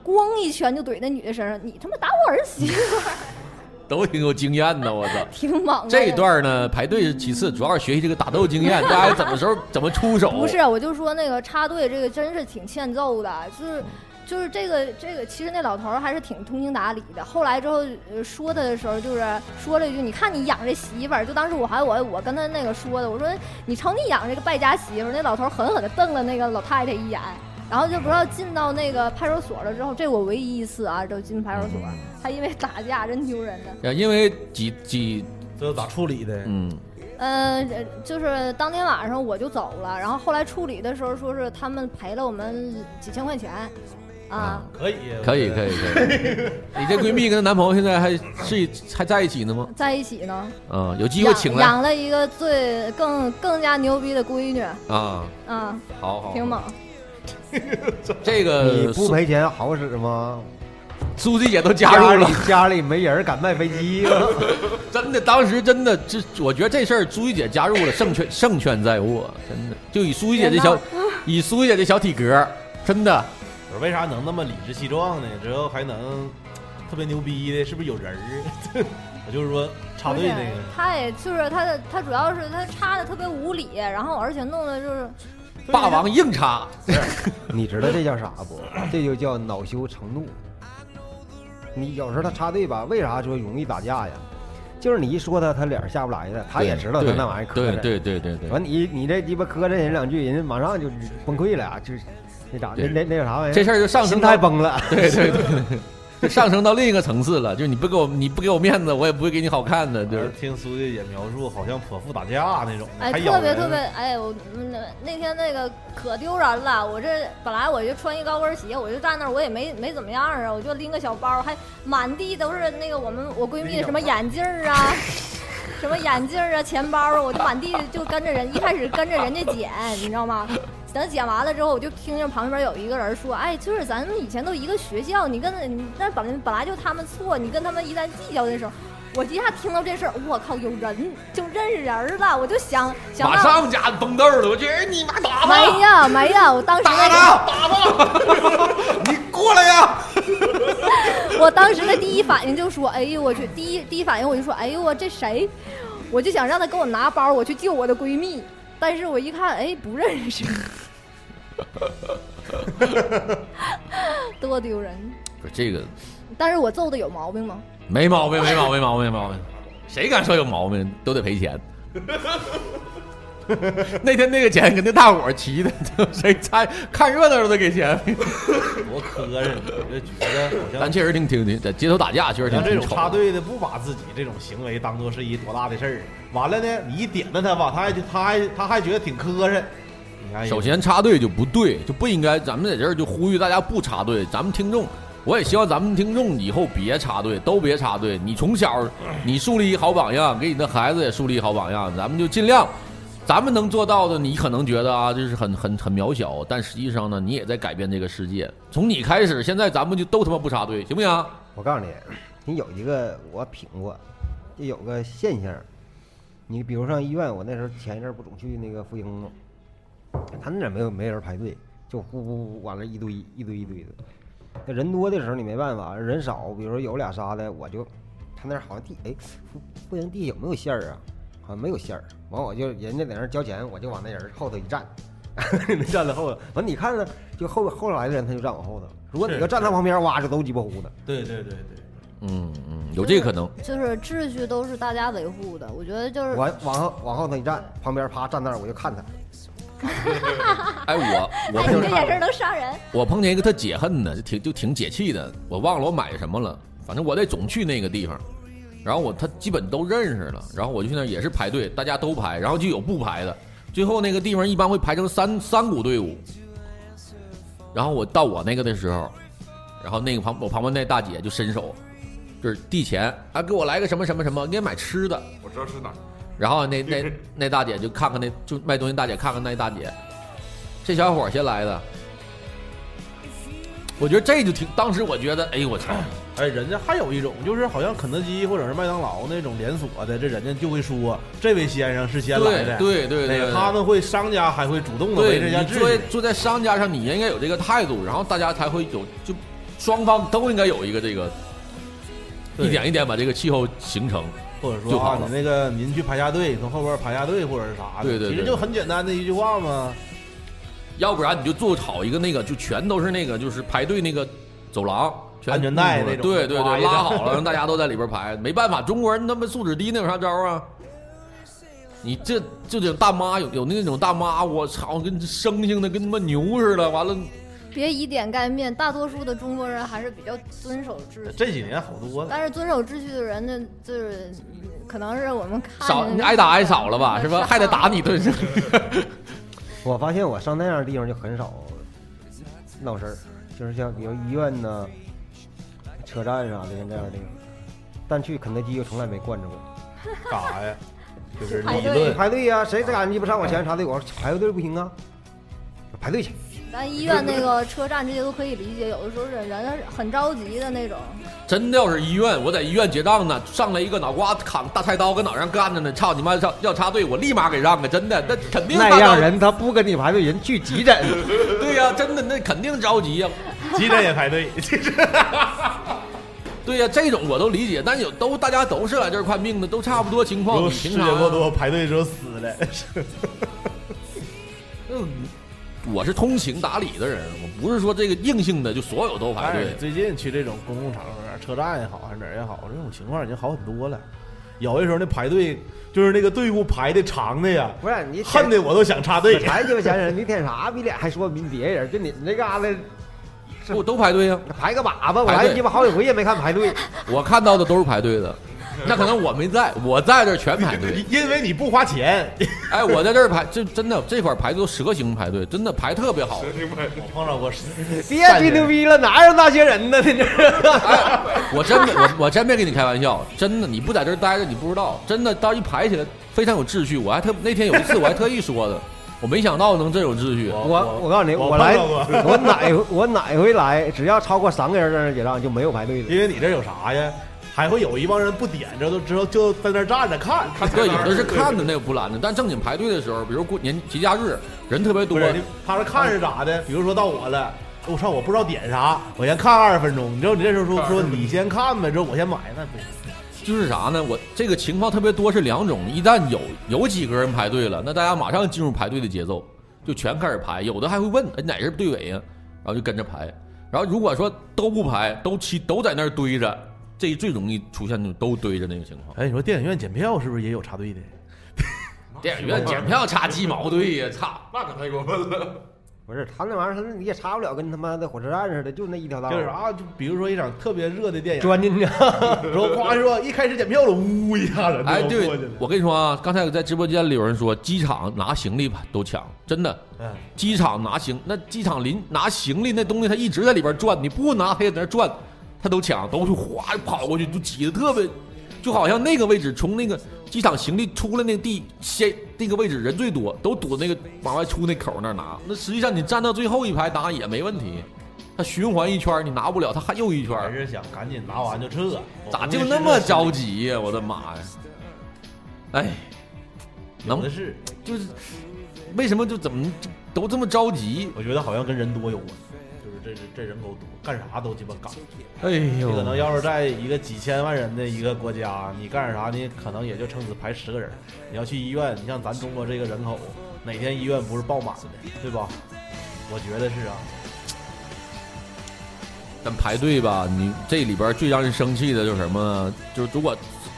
咣一拳就怼那女的身上，你他妈打我儿媳妇儿， [LAUGHS] 都挺有经验的，我操！挺猛的。这一段呢，排队是其次，主要是学习这个打斗经 [LAUGHS] 验，大家怎么时候怎么出手。不是，我就说那个插队这个真是挺欠揍的，就是。就是这个这个，其实那老头儿还是挺通情达理的。后来之后、呃说他的时候，就是说了一句：“你看你养这媳妇儿。”就当时我还我我跟他那个说的，我说：“你瞅你养这个败家媳妇儿。”那老头儿狠狠地瞪了那个老太太一眼，然后就不知道进到那个派出所了之后，这我唯一一次啊，就进派出所，还因为打架，真丢人的。呃，因为几几 [LAUGHS] 这咋处理的？嗯，呃，就是当天晚上我就走了，然后后来处理的时候说是他们赔了我们几千块钱，啊，可以，可以可以可以。你这闺蜜跟她男朋友现在还是还在一起呢吗？在一起呢，啊，有机会养请养来了一个最更更加牛逼的闺女，啊，啊，好好，挺猛。这个你不苏赔钱好使吗？苏迪姐都加入了，家里家里没人敢卖飞机 [LAUGHS] 吗？真的，当时真的，这我觉得这事儿苏迪姐加入了，胜券胜券在握，真的。就以苏迪姐这小， [LAUGHS] 以苏迪姐这小体格，真的，我说为啥能那么理直气壮呢？之后还能特别牛逼的，是不是有人儿？啊 [LAUGHS] 我就是说插队那个，他也就是他的，他主要是他插的特别无理，然后而且弄的就是霸王硬插，你知道这叫啥不？ [CLEARS THROAT] 这就叫恼羞成怒。你有时候他插队吧，为啥说容易打架呀？就是你一说他，他脸儿下不来了，他也知道他那玩意儿磕对碜。对对对对。完你你这鸡巴磕碜人两句，人家马上就崩溃了啊，就是那咋那那那叫啥玩意儿？这事儿就上升心到态崩了。对对对， [LAUGHS] 就上升到另一个层次了。就是你不给我，你不给我面子，我也不会给你好看的。就是听苏姐姐描述，好像泼妇打架那种的，哎，还咬特别人特别，哎，我嗯那那天那个可丢人了。我这本来我就穿一高跟鞋，我就站那儿，我也没没怎么样啊，我就拎个小包，还满地都是那个我们我闺蜜的什么眼镜儿 [LAUGHS] 啊，什么眼镜儿啊、钱包啊，我就满地就跟着人，一开始跟着人家捡，你知道吗？等捡完了之后，我就听见旁边有一个人说：“哎，就是咱们以前都一个学校，你跟你那本来本来就他们错，你跟他们一旦计较的时候。”我一下听到这事儿，我靠，有人就认识人儿了，我就想想马到上家崩豆了，我觉得哎你妈打吧，没呀没呀，我当时打那吧，打吧，你过来呀！个， [LAUGHS] 我当时的第一反应就说，哎呦我去，第一第一反应我就说，哎呦我这谁？我就想让他给我拿包，我去救我的闺蜜。但是我一看，哎，不认识， [LAUGHS] 多丢人！不是这个但是我揍的有毛病吗？没毛病，没毛病，毛病没毛病。谁敢说有毛病都得赔钱。 [LAUGHS] 那天那个钱跟那大伙儿齐的， [LAUGHS] 谁猜看热闹的给 [LAUGHS] 钱？多磕碜！我就觉得好像咱确实挺挺挺，在街头打架确实挺像这挺种丑的。插队的不把自己这种行为当做是一多大的事儿，完了呢，你一点了他吧，他还他还他还觉得挺磕碜。你看，首先插队就不对，就不应该。咱们在这儿就呼吁大家不插队。咱们听众，我也希望咱们听众以后别插队，都别插队。你从小你树立一好榜样，给你的孩子也树立一好榜样。咱们就尽量，咱们能做到的，你可能觉得啊，这是很很很渺小，但实际上呢，你也在改变这个世界。从你开始，现在咱们就都他妈不插队，行不行？我告诉你，你有一个我品过，就有个现象，你比如上医院，我那时候前一阵儿不总去那个妇婴吗？他那点儿没有没人排队，就呼呼呼完了，一堆一堆一堆的。那人多的时候你没办法，人少，比如说有俩仨的，我就他那儿好像地哎，妇妇婴地有没有线儿啊？好像没有线儿。完我就人家在那儿交钱，我就往那人儿后头一站， [LAUGHS] 站在后头。完你看着就后后来的人他就站我后头，如果你是要站他旁边，哇就都鸡巴呼的。对对对对，嗯嗯，有这个可能。就是秩序都是大家维护的，我觉得就是我往后往后头一站，旁边啪站那儿，我就看他。哎，我我哎，碰你见这眼神能杀人。我碰见一个特解恨的，就挺就挺解气的。我忘了我买什么了，反正我得总去那个地方。然后我他基本都认识了，然后我就去那儿也是排队，大家都排，然后就有不排的。最后那个地方一般会排成三三股队伍，然后我到我那个的时候，然后那个旁我旁边那大姐就伸手，就是递钱，啊，给我来个什么什么什么，应该买吃的。我知道是哪儿，然后 [LAUGHS] 那那那大姐就看看那就卖东西大姐看看那大姐，这小伙儿先来的，我觉得这就挺，当时我觉得，哎呦我 [COUGHS] 操，哎，人家还有一种就是好像肯德基或者是麦当劳那种连锁的，这人家就会说这位先生是先来的，对对对那个对他们会商家还会主动的为对这你家作秩为序。坐在商家上，你应该有这个态度，然后大家才会有，就双方都应该有一个这个，对一点一点把这个气候形成，或者就说好啊，了你那个您去排下队，从后边排下队或者是啥的，对对对其实就很简单的一句话嘛。要不然你就做好一个那个，就全都是那个，就是排队那个走廊。全安全带那种对对哇对，一大拉好了，让大家都在里边排，没办法，中国人他妈素质低，那有啥招啊？你这就得大妈有有那种大妈，我操，跟生性的跟他妈牛似的，完了别以点盖面，大多数的中国人还是比较遵守秩序。这几年好 [LAUGHS] 多了，但是遵守秩序的人呢，就是可能是我们看呃少着你挨打挨少了哎吧，是吧？还得打你一顿是吧？ [LAUGHS] 我发现我上那样的地方就很少闹事儿，就是像比如医院呐、车站啥的，像这样的地方。但去肯德基又从来没惯着过。干啥呀？就是排队排队呀、谁敢你不上我前面插队？我说排个队不行啊，排队去。咱医院那个车站这些都可以理解，有的时候人人很着急的那种，真的要是医院，我在医院结账呢，上来一个脑瓜扛大菜刀搁脑上干着呢，操你妈要要插队，我立马给让开，真的，那肯定那大样刀人他不跟你排队，人去急诊。 [LAUGHS] 对呀、真的那肯定着急呀、急诊也 [LAUGHS] 排队，对呀、这种我都理解，但有都大家都是来这儿看病的，都差不多情况，有你啊失凭血啥？过多排队的时候死 [LAUGHS] 了。嗯我是通情达理的人，我不是说这个硬性的就所有都排但是队你。最近去这种公共场合，车站也好，还是哪儿也好，这种情况已经好很多了。有的时候那排队就是那个队伍排的长 [LAUGHS] 的呀， [LAUGHS] 不是你恨的我都想插队。才鸡巴闲人，你舔啥逼脸还说明别人？就你们这旮沓我都排队呀、排个粑粑，我排还队鸡巴好几回也没看排队。我看到的都是排队的，那可能我没在，我在这儿全排队。因为你不 [LAUGHS] 花钱，哎，我在这儿排，这真的这块儿排队都蛇形排队，真的排特别好。我碰上过十。别吹牛逼了，哪有那些人呢？你 [LAUGHS] 这 [LAUGHS] 我真没，我我真没跟你开玩笑，真的，你不在这儿待着，你不知道，真的到一排起来非常有秩序。我还特那天有一次，我还特意说的，我没想到能这有秩哦序。我我告诉你，我我来，碰到过我哪回我哪回来，只要超过三个人在那儿结账就没有排队的。因为你这有啥呀？还会有一帮人不点着，都知道就在那儿站着看。对，有的是看着那个不拦的，但正经排队的时候，比如过年节假日人特别多不，是，你他是看啊是咋的？比如说到我了，我操，我不知道点啥，我先看二十分钟。你知道你这时候说说你先看呗，之后我先买，那不行。就是啥呢？我这个情况特别多是两种，一旦有有几个人排队了，那大家马上进入排队的节奏，就全开始排，有的还会问哎哪是队尾呀、然后就跟着排。然后如果说都不排，都齐都在那儿堆着，这最容易出现那种都堆着那个情况。哎，你说电影院检票是不是也有插队的？电影院检票插鸡毛队呀，操！那可太过分了。不是他那玩意儿，他你也插不了，跟他妈的火车站似的，就那一条道，就是啊，就比如说一场特别热的电 [LAUGHS] 影，钻进去。然后夸说一开始检票了，呜一下人哎，就对过去了，。我跟你说啊，刚才我在直播间里有人说，机场拿行李都抢，真的，嗯，机场拿行，那机场临拿行李那东西，它一直在里边转，你不拿它也在那转，它都抢，都是哗跑过去，就挤得特别，就好像那个位置从那个机场行李出来那地先那个位置人最多，都堵那个往外出那口那儿拿，那实际上你站到最后一排拿也没问题，它循环一圈你拿不了，它还又一圈，还是想赶紧拿完就撤。啊咋就那么着？急呀、我的妈呀！哎，有能的是，就是为什么就怎么都这么着急？我觉得好像跟人多有关，就是这这这人口多，干啥都鸡巴赶。哎呦你可能要是在一个几千万人的一个国家，你干啥你可能也就撑死排十个人。你要去医院，你像咱中国这个人口，哪天医院不是爆满的，对吧？我觉得是啊，但排队吧，你这里边最让人生气的就是什么？就是如果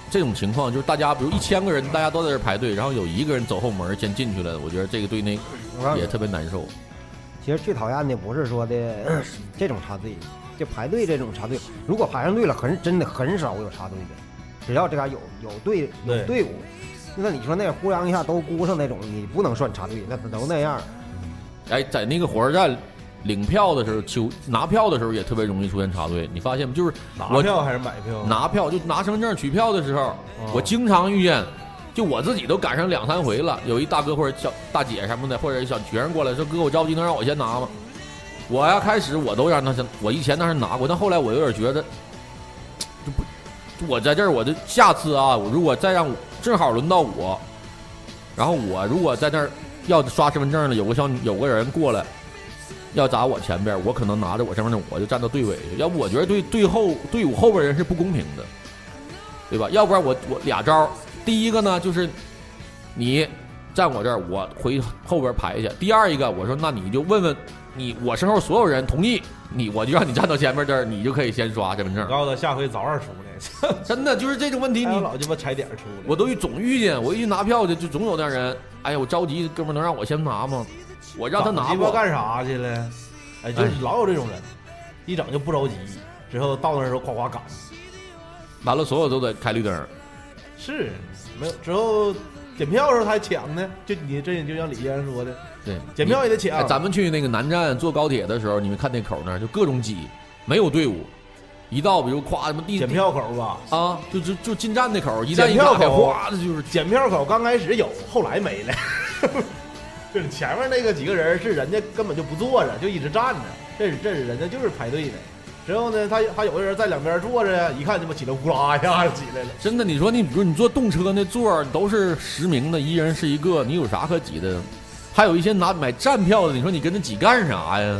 这种情况，就是大家比如一千个人，大家都在这排队，然后有一个人走后门先进去了，我觉得这个对那我告诉也你，特别难受。嗯其实最讨厌的不是说的 [CLEARS THROAT] 这种插队，就排队这种插队。如果排上队了，很真的很少有插队的，只要这嘎有有队有对队伍，那你说那呼啷一下都估上那种，你不能算插队，那都那样。哎，在那个火车站领票的时候，求拿票的时候也特别容易出现插队，你发现吗？就是拿我票还是买票？啊拿票就拿身份证取票的时候，哦我经常遇见，就我自己都赶上两三回了。有一大哥或者小大姐什么的，或者小学生过来说：“哥，我着急，能让我先拿吗？”我呀，开始我都让他先，我以前那是拿过，但后来我有点觉得，就不，就我在这儿，我就下次啊，我如果再让我正好轮到我，然后我如果在那儿要刷身份证了，有个小女有个人过来。要砸我前边，我可能拿着我身份证，我就站到队尾去。要不我觉得对对后队伍后边人是不公平的，对吧？要不然我我俩招儿，第一个呢就是你站我这儿，我回后边排去；第二一个，我说那你就问问你我身后所有人同意你，我就让你站到前面这儿，你就可以先刷身份证。告诉他下回早点 [LAUGHS] 出来，真的就是这种问题，你 [LAUGHS] 老鸡巴踩点儿出来。我都遇总遇见，我一拿票去就总有那人，哎呀，我着急，哥们儿能让我先拿吗？我让他拿早鸡巴吧。干啥去了？哎，就哎老有这种人，一整就不着急，之后到那时候夸夸赶，完了，所有都得开绿灯儿。是没有之后检票的时候他还抢呢，就你这就像李先生说的，对，检票也得抢哎咱们去那个南站坐高铁的时候，你们看那口那儿就各种挤，没有队伍。一到比如夸什么地检票口吧，啊，就就就进站那口，一站检一票打开，口哗的就是检票口刚开始有，后来没了。 [LAUGHS] 就是前面那个几个人是人家根本就不坐着，就一直站着，这是这是人家就是排队呢。之后呢，他他有个人在两边坐着，一看他妈起来呼啦一下就起来了。真的，你说你比如你坐动车那座儿都是实名的，一人是一个，你有啥可挤的？还有一些拿买站票的，你说你跟他挤干啥呀？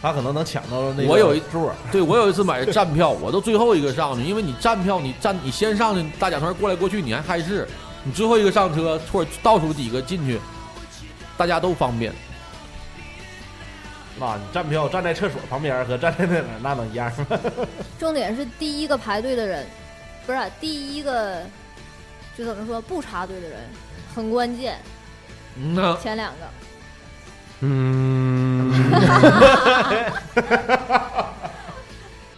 他可能能抢到那个我有一座，对我有一次买站票，我都最后一个上去，因为你站票，你站你先上去，大家团过来过去，你还碍事，你最后一个上车或者倒数几个进去，大家都方便。那你站票站在厕所旁边和站在那哪儿那能一样吗？重点是第一个排队的人，不是第一个，就怎么说不插队的人很关键。嗯呐，前两个，嗯，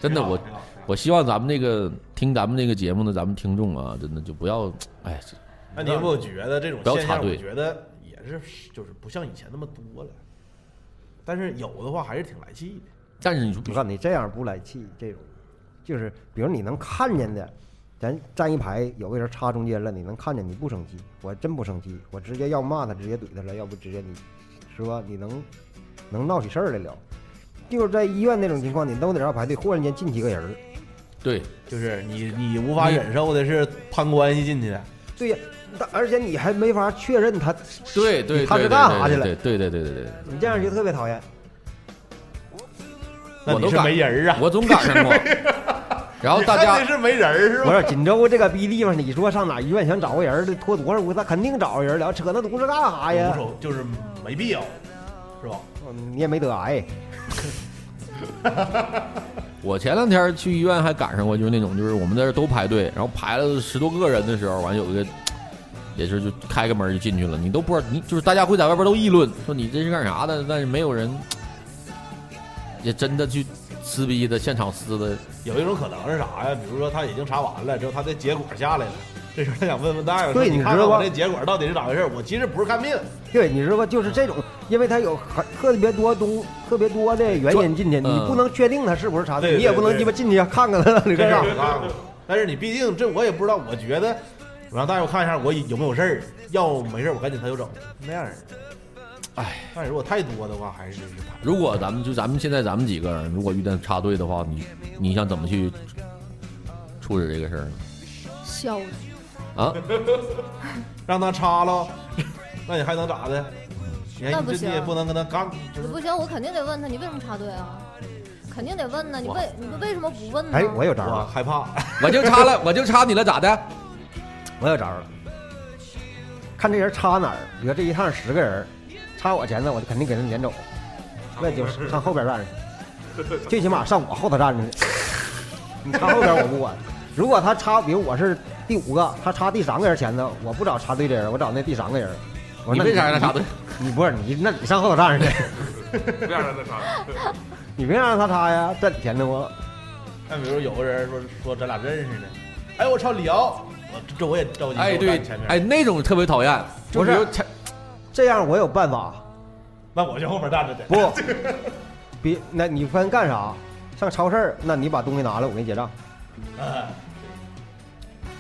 真的，我我希望咱们那个听咱们那个节目的咱们听众啊，嗯真的就不要，哎，这那你有没有觉得这种不要现插象？我队，觉得也是，就是不像以前那么多了。但是有的话还是挺来气的。但是你说，我告诉你，这样不来气，这种就是，比如你能看见的，咱站一排，有个人插中间了，你能看见，你不生气，我真不生气，我直接要骂他，直接怼他了，要不直接你，是吧？你能能闹起事儿来了。就是在医院那种情况，你都得让排队，忽然间进几个人儿，对，就是你你无法忍受的是攀关系进去的，对呀，但而且你还没法确认他，对对，他是对干啥去了对对对对对对对。你这样就特别讨厌。我你都是赶没人啊，我总赶上 [LAUGHS] 过。然后大你家看这是没人儿是不是吧？锦州这个逼地方，你说上哪儿医院想找个人儿，得拖多少回，他肯定找个人儿了，扯那犊子干啥哎呀无？所就是没必要，是吧？嗯你也没得癌，我前两天去医院还赶上过，就是那种就是我们在这都排队，然后排了十多个人的时候，完有一个也是就开个门就进去了，你都不知道，你就是大家会在外边都议论说你这是干啥的，但是没有人也真的去撕逼的，现场撕的。有一种可能是啥呀？比如说他已经查完了，之后他的结果下来了，这时候他想问问大夫，说对你你看知看道我吧这结果到底是咋回事？我其实不是看病，对，你知道吧？就是这种，因为他有很特别多东特别多的原因进去，嗯你不能确定他是不是插对队，你也对不能对鸡巴进去看看他到底干啥。啊，但是你毕竟这我也不知道，我觉得我让大夫看一下我有没有事儿，要没事儿我赶紧他就走，那样儿。哎，但如果太多的话，还是就是排。如果咱们就咱们现在咱们几个人，如果遇见插队的话，你你想怎么去处理这个事儿呢？笑死。啊，让他插了， [LAUGHS] 那你还能咋的？你还那不你这行你也不能跟他刚，就是不行，我肯定得问他，你为什么插队啊？肯定得问呢，你为你为什么不问呢？哎，我有招我了，害怕。 [LAUGHS] 我就插了，我就插你了，咋的？嗯我有招了。看这人插哪儿，比如这一趟十个人，插我前头，我就肯定给他撵走，那就是上后边站着去，最起码上我后头站着 [LAUGHS] 去。你插后边我不管，如果他插，比如我是第五个，他插第三个人前头，我不找插队的人，我找那第三个人。我说你那为啥让他插队？你不是你，那你上后头站 [LAUGHS] 着去，不要让他插。你别让他插呀，站你前头啊。那比如有个人说说咱俩认识呢，哎，我操，李敖，我这我也着急。哎，我对站前，面哎，那种特别讨厌。就不比如是，这样我有办法。那我就后面站着得。 [LAUGHS] 不，别，那你翻干啥？上超市儿，那你把东西拿来，我给你结 [LAUGHS] 账。哎，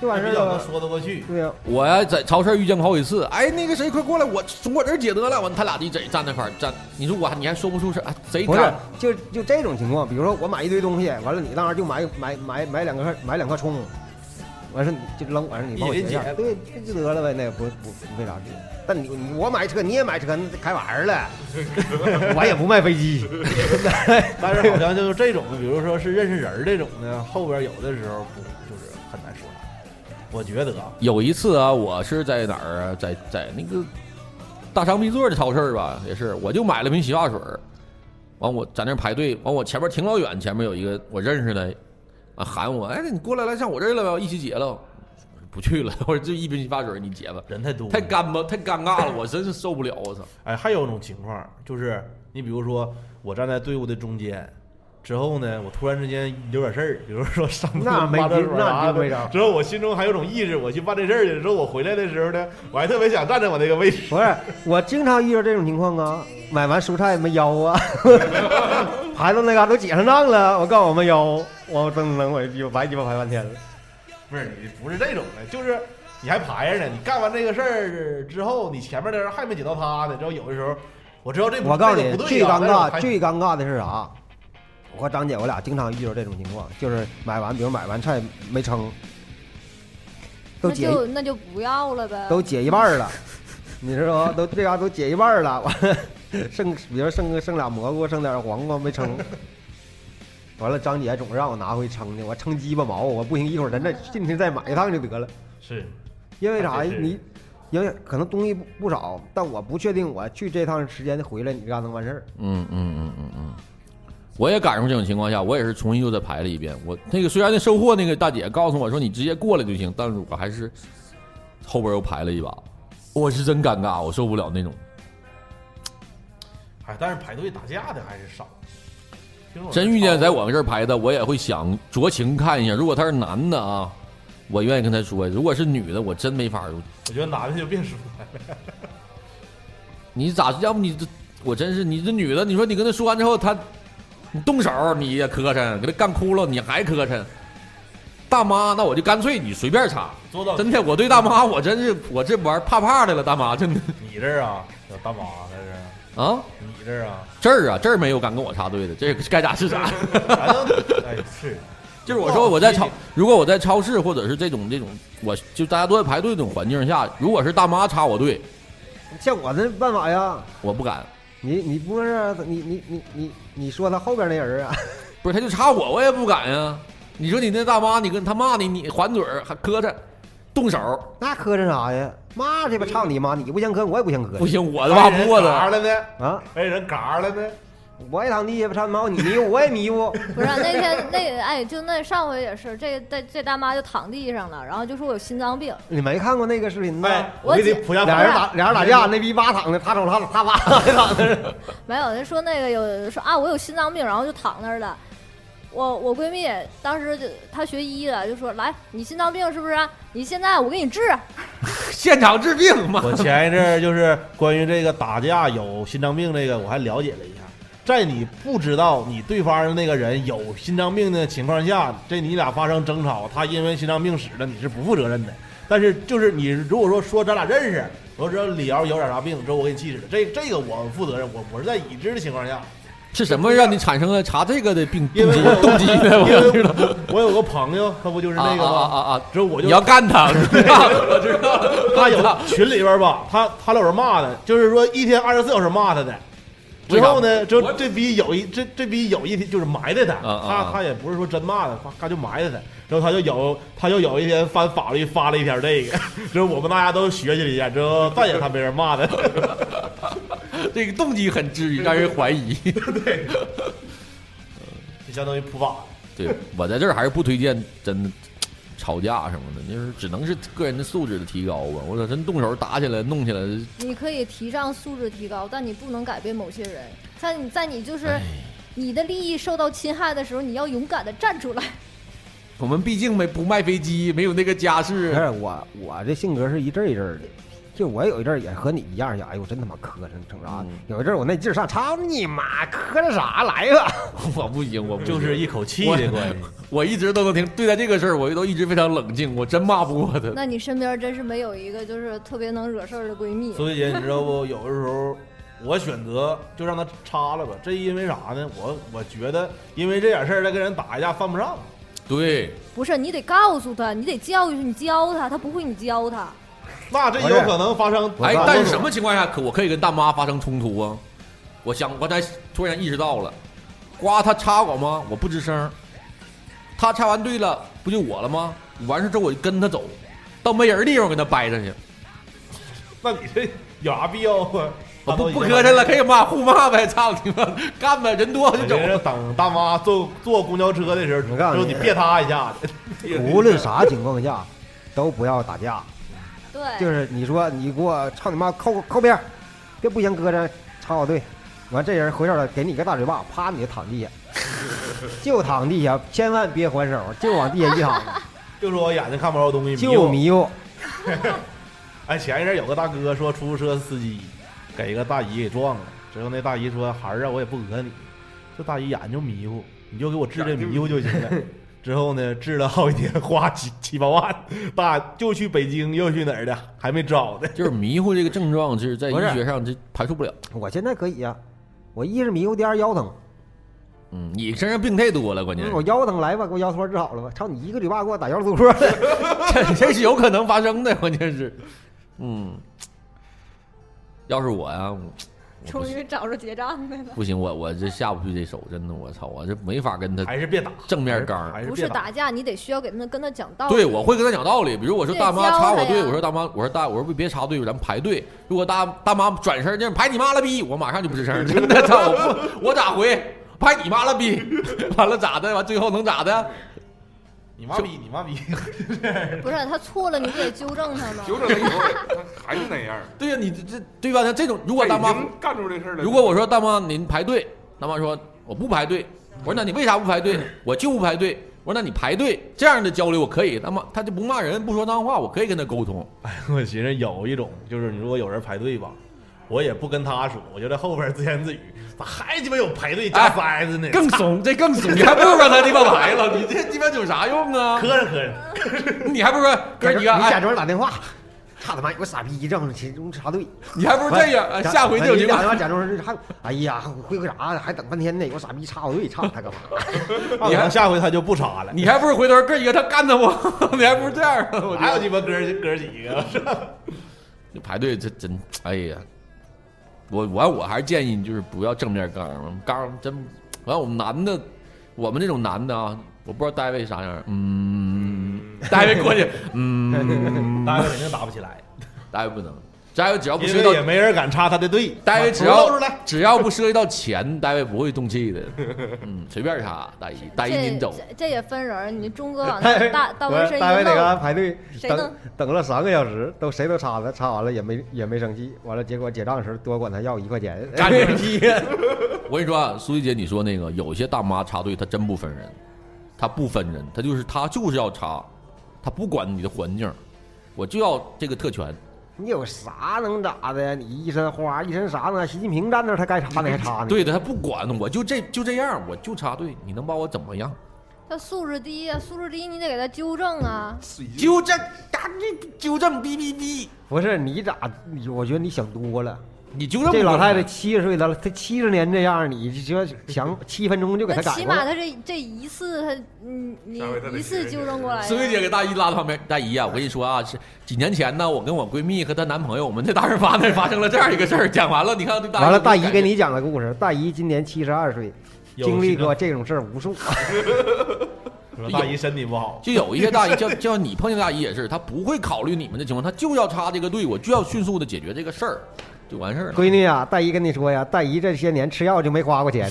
这玩意比较能儿说得过 [LAUGHS] 去。对呀，我呀在超市遇见过好几次。哎，那个谁，快过来，我从我这儿解得了。完，他俩一贼站那块儿站，你说我还你还说不出是啊？贼不是干，就就这种情况，比如说我买一堆东西，完了你那儿就买买买买两个买两个葱，完事儿你就扔，完事儿你帮我结一下一人，结对，这就得了呗，那也不不没啥事。但你你我买车，你也买车，那开玩儿了， [LAUGHS] 我也不卖飞机。 [LAUGHS] 但是好像就是这种，比如说是认识人儿这种呢，后边有的时候不就是很难说。我觉得啊，有一次啊，我是在哪儿啊，在在那个大商必作的超市儿吧，也是，我就买了瓶洗发水儿完我在那儿排队，完我前面挺老远，前面有一个我认识的，啊喊我，哎，你过来来上我这儿来吧，一起结了。我说不去了， [LAUGHS] 我说就一瓶洗发水儿你结吧，人太多了太干巴，太尴尬了，我真是受不了，我操！哎，还有一种情况就是，你比如说我站在队伍的中间，之后呢，我突然之间有点事儿，比如说上厕所那没拉厕 [LAUGHS] 劲所那啥真没的，招之后我心中还有种意识，我去办这事儿的时候，我回来的时候呢，我还特别想站在我那个位置。 [LAUGHS] 不是，我经常遇到这种情况啊， [LAUGHS] 买完蔬菜没腰啊， [LAUGHS] 排到那嘎都结上账了，我告诉我没腰，我噔噔，我鸡巴白鸡巴排半天了。不是你不是这种的，就是你还排着呢，你干完这个事儿之后，你前面的人还没解到他呢，之后有的时候，我知道这不我告诉这你个，不对最呀尴但是我还尬、最尴尬的是啥？我和张姐我俩经常遇到这种情况，就是买完，比如买完菜没称，都那解就那就不要了呗。都解一半儿了，你知道吗？都这家都解一半儿了，完 [LAUGHS] 了剩，比如剩个剩俩蘑菇，剩点黄瓜没称。完了，张姐总让我拿回称去，我称鸡巴毛，我不行，一会儿咱再进去再买一趟就得了。是因为啥啊呀这？是你因为可能东西不不少，但我不确定我去这趟时间回来，你这样能完事儿。嗯嗯嗯嗯嗯，我也赶上这种情况下，我也是重新又再排了一遍。我那个虽然那售货那个大姐告诉我说你直接过来就行，但是我还是后边又排了一把，我是真尴尬，我受不了那种。哎，但是排队打架的还是少。听说真遇见在我们这儿排的，我也会想酌情看一下。如果他是男的啊，我愿意跟他说；如果是女的，我真没法儿。我觉得男的就别说了，你咋？要不你这，我真是你这女的，你说你跟她说完之后，她你动手你也磕碜，给她干哭了你还磕碜。大妈，那我就干脆你随便插。做到真的，我对大妈我真是我这玩怕怕的了，大妈真的你这儿啊，小大妈这是，啊，你这儿啊，这儿啊这儿没有敢跟我插队的，这个该咋是咋。反正哦哎是，就是我说我在超，如果我在超市或者是这种这种，我就大家都在排队这种环境下，如果是大妈插我队，像我那办法呀，我不敢。你你不是啊你你你你你说他后边那人啊， [LAUGHS] 不是，他就插我，我也不敢呀。你说你那大妈，你跟他骂你，你还嘴儿还磕碜，动手那磕碜啥呀？骂去吧，操你妈！你不嫌磕碜，我也不嫌磕不碜行，我都骂不过嘎他。了呢，啊！哎人嘎了呢，我也躺地下吧，操你妈！你迷糊，我也迷 [LAUGHS] 糊。不是那天那个哎，就那上回也是，这这这大妈就躺地上了，然后就说我有心脏病，你没看过那个视频哎呢？，我给你姐普下俩牌人打俩人打架，那逼吧躺着，他瞅他他吧躺着。没有，人说那个有说啊，我有心脏病，然后就躺那儿了。我我闺蜜当时就她学医的，就说来，你心脏病是不啊是？你现在我给你治。现场 [LAUGHS] 治病 [LAUGHS] 嘛。 [LAUGHS] 我前一阵儿就是关于这个打架有心脏病这个，我还了解了一下。在你不知道你对方的那个人有心脏病的情况下，这你俩发生争吵，他因为心脏病死了，你是不负责任的。但是就是你如果说说咱俩认识，我知道李瑶有点啥病，之后我给你气死了，这这个我负责任，我我是在已知的情况下，是什么让你产生了查这个的病因动为机我动机呢？我因想 [LAUGHS] 知为道。我我有个朋友，他不就是啊那个吗？啊啊啊！之后我就你要干他，我知 [LAUGHS] 道了，我知道了。 [LAUGHS] 他有 [LAUGHS] 群里边吧，他他老是骂他，就是说一天二十四小时骂他的。为之啥后呢，就我这逼有一这这逼有一天就是埋汰他，啊啊啊他他也不是说真骂他，他他就埋汰他。之后他就有他就有一天翻法律发了一篇这个， [LAUGHS] 之后我们大家都学习了一下，之后再也他没人骂他。这个动机很治愈，让人怀疑。 [LAUGHS] 就相当于普法。 [LAUGHS] 对我在这儿还是不推荐真的吵架什么的，就是只能是个人的素质的提高吧。我操，真动手打起来、弄起来，你可以提倡素质提高，但你不能改变某些人。在你在你就是哎你的利益受到侵害的时候，你要勇敢的站出来。我们毕竟没不卖飞机，没有那个家世。啊不是我，我这性格是一阵儿一阵儿的。就我有一阵儿也和你一样，呀，哎呦，我真他妈磕碜，整啥？有一阵儿我那劲儿上，操你妈，磕碜啥来吧？ [LAUGHS] 我不行，我不行就是一口气我的关系。 [LAUGHS] 我一直都能听，对待这个事儿，我都一直非常冷静，我真骂不过他。那你身边真是没有一个就是特别能惹事儿的闺蜜。苏菲姐，你知道不？有的时候我选择就让他插了吧，这因为啥呢？我我觉得因为这点事儿再跟人打一架犯不上。对，不是，你得告诉他，你得教育他，你教他，他不会你教他。那这有可能发生。哎，但是什么情况下可我可以跟大妈发生冲突啊？我想，我才突然意识到了，瓜他插我吗？我不吱声。他插完队了，不就我了吗？完事之后我就跟他走，到没人地方跟他掰扯去。那你这有啥必要啊？我不不磕碜了，可以骂互骂呗，操你妈，干呗，人多就走。等大妈坐坐公交车的时候，我告诉就你你别他一下子。 [LAUGHS] 无论 [LAUGHS] 啥情况下，都不要打架。对就是你说你给我操你妈靠靠边儿，别不嫌搁着插我队。完这人回手了，给你个大嘴巴，啪你就躺 [LAUGHS] 地下，就躺地下，千万别还手，就往地下一 [LAUGHS] 躺，就说我眼睛看不着东西，就迷糊。哎，前一阵有个大哥说出租车司机给一个大姨给撞了，之后那大姨说：“孩儿啊，我也不讹你，这大姨眼就迷糊，你就给我治这迷糊 [LAUGHS] 就行了。”之后呢，治了好几天，花七七八万，大就去北京又去哪儿的，还没找呢。就是迷糊这个症状，就是在医不是学上这排除不了。我现在可以呀、我一是迷糊，第二腰疼。嗯，你身上病太多了，关键嗯是我腰疼来吧，给我腰托治好了吧。操你一个嘴巴给我打腰托了。 [LAUGHS] 这这是有可能发生的，关键是，嗯，要是我呀、我哎终于找着结账的了。不行，我我这下不去这手，真的，我操，我这没法跟他，还是别打，正面刚。还不是打架，你得需要给他们跟他讲道理。对，我会跟他讲道理。比如我说对大妈插我教他队，呀我说大妈，我说大，我说别插队，咱们排队。如果大大妈转身就是排你妈了逼，我马上就不吱声，真的操，我不我咋回？排你妈了逼，完了咋的？完最后能咋的？你妈逼，你妈逼！ [LAUGHS] [LAUGHS] 不是他错了，你不得纠正他吗？纠正他以后还是那样儿。对呀、你这这对吧？像这种，如果大妈他已经干出这事儿来，如果我说大妈您排队，大妈说我不排队，我说那你为啥不排队？我就不排队。我说那你排队这样的交流我可以，大妈他就不骂人不说脏话，我可以跟他沟通。哎我寻思有一种就是，你如果有人排队吧，我也不跟他说，我就在后边自言自语，咋还鸡巴有排队加塞子呢？哎更怂，这更怂，你还不如让他鸡巴来了，你这鸡巴有啥用啊磕？碜磕碜。你还不如哥你你看，假哎，装打电话，操他妈有个傻逼正其中插队。你 [LAUGHS] 还不如这样，哎下回就有你这俩他妈个，假装是还，哎呀，会个啥？还等半天呢，有傻逼插我队，插他干嘛？你看下回他就不插了。你 [LAUGHS] 还不如回头哥几个他干他我， [LAUGHS] 你还不如这样啊。我觉哪有得鸡巴哥儿哥儿几个？这排队这真，哎呀，我完我还是建议就是不要正面刚，刚真完我们男的，我们这种男的啊，我不知道大卫啥样，嗯，大卫过去，嗯，大家肯定打不起来，大卫不能，大卫只要不涉因及为也到，没人敢插他的队。大卫只露出要来，只要不涉及到钱，大卫不会动气的，嗯，随便插，大姨大姨您这走，这这也分人儿，你钟哥往那大大纹身一哎大卫在嘎弄，排队谁等弄等了三个小时，都谁都插了，插完了也没也没生气，完了结果结账时多管他要一块钱，干你哎个屁！我跟你说啊，苏一姐，你说那个有些大妈插队，她真不分人，她不分人，她就是她就是要插，她不管你的环境，我就要这个特权。 [LAUGHS] 你有啥能咋的呀？你一身花，一身啥呢？习近平站那儿他该插你还插呢？对的，她不管，我就这就这样，我就插队，你能把我怎么样？他素质低呀、素质低你得给他纠正啊。纠正，啊你纠正，哔哔哔，不是你咋？你我觉得你想多了。你纠正这不老过太来太七十岁了，她七十年这样，你就 [LAUGHS] 想七分钟就给那她改起过码来。他这这一次他，嗯，你下回他得一次纠正过来呀。苏玉姐给大姨拉到旁边，大姨啊，我跟你说啊，是几年前呢，我跟我闺蜜和她男朋友，我们在大润发那儿发生了这样一个事儿。讲完了，你看对大姨完了，大有没姨有给感觉你讲了个啊故事。大姨今年七十二岁，有经历心过这种事儿无数。说大姨身体不好，就有一些大姨， [LAUGHS] 就就像你碰见大姨也是，她不会考虑你们的情况，她就要插这个队，我就要迅速的解决这个事儿，就完事儿了。 [LAUGHS] 闺女啊，大姨跟你说呀，大姨这些年吃药就没花过 [LAUGHS] 钱。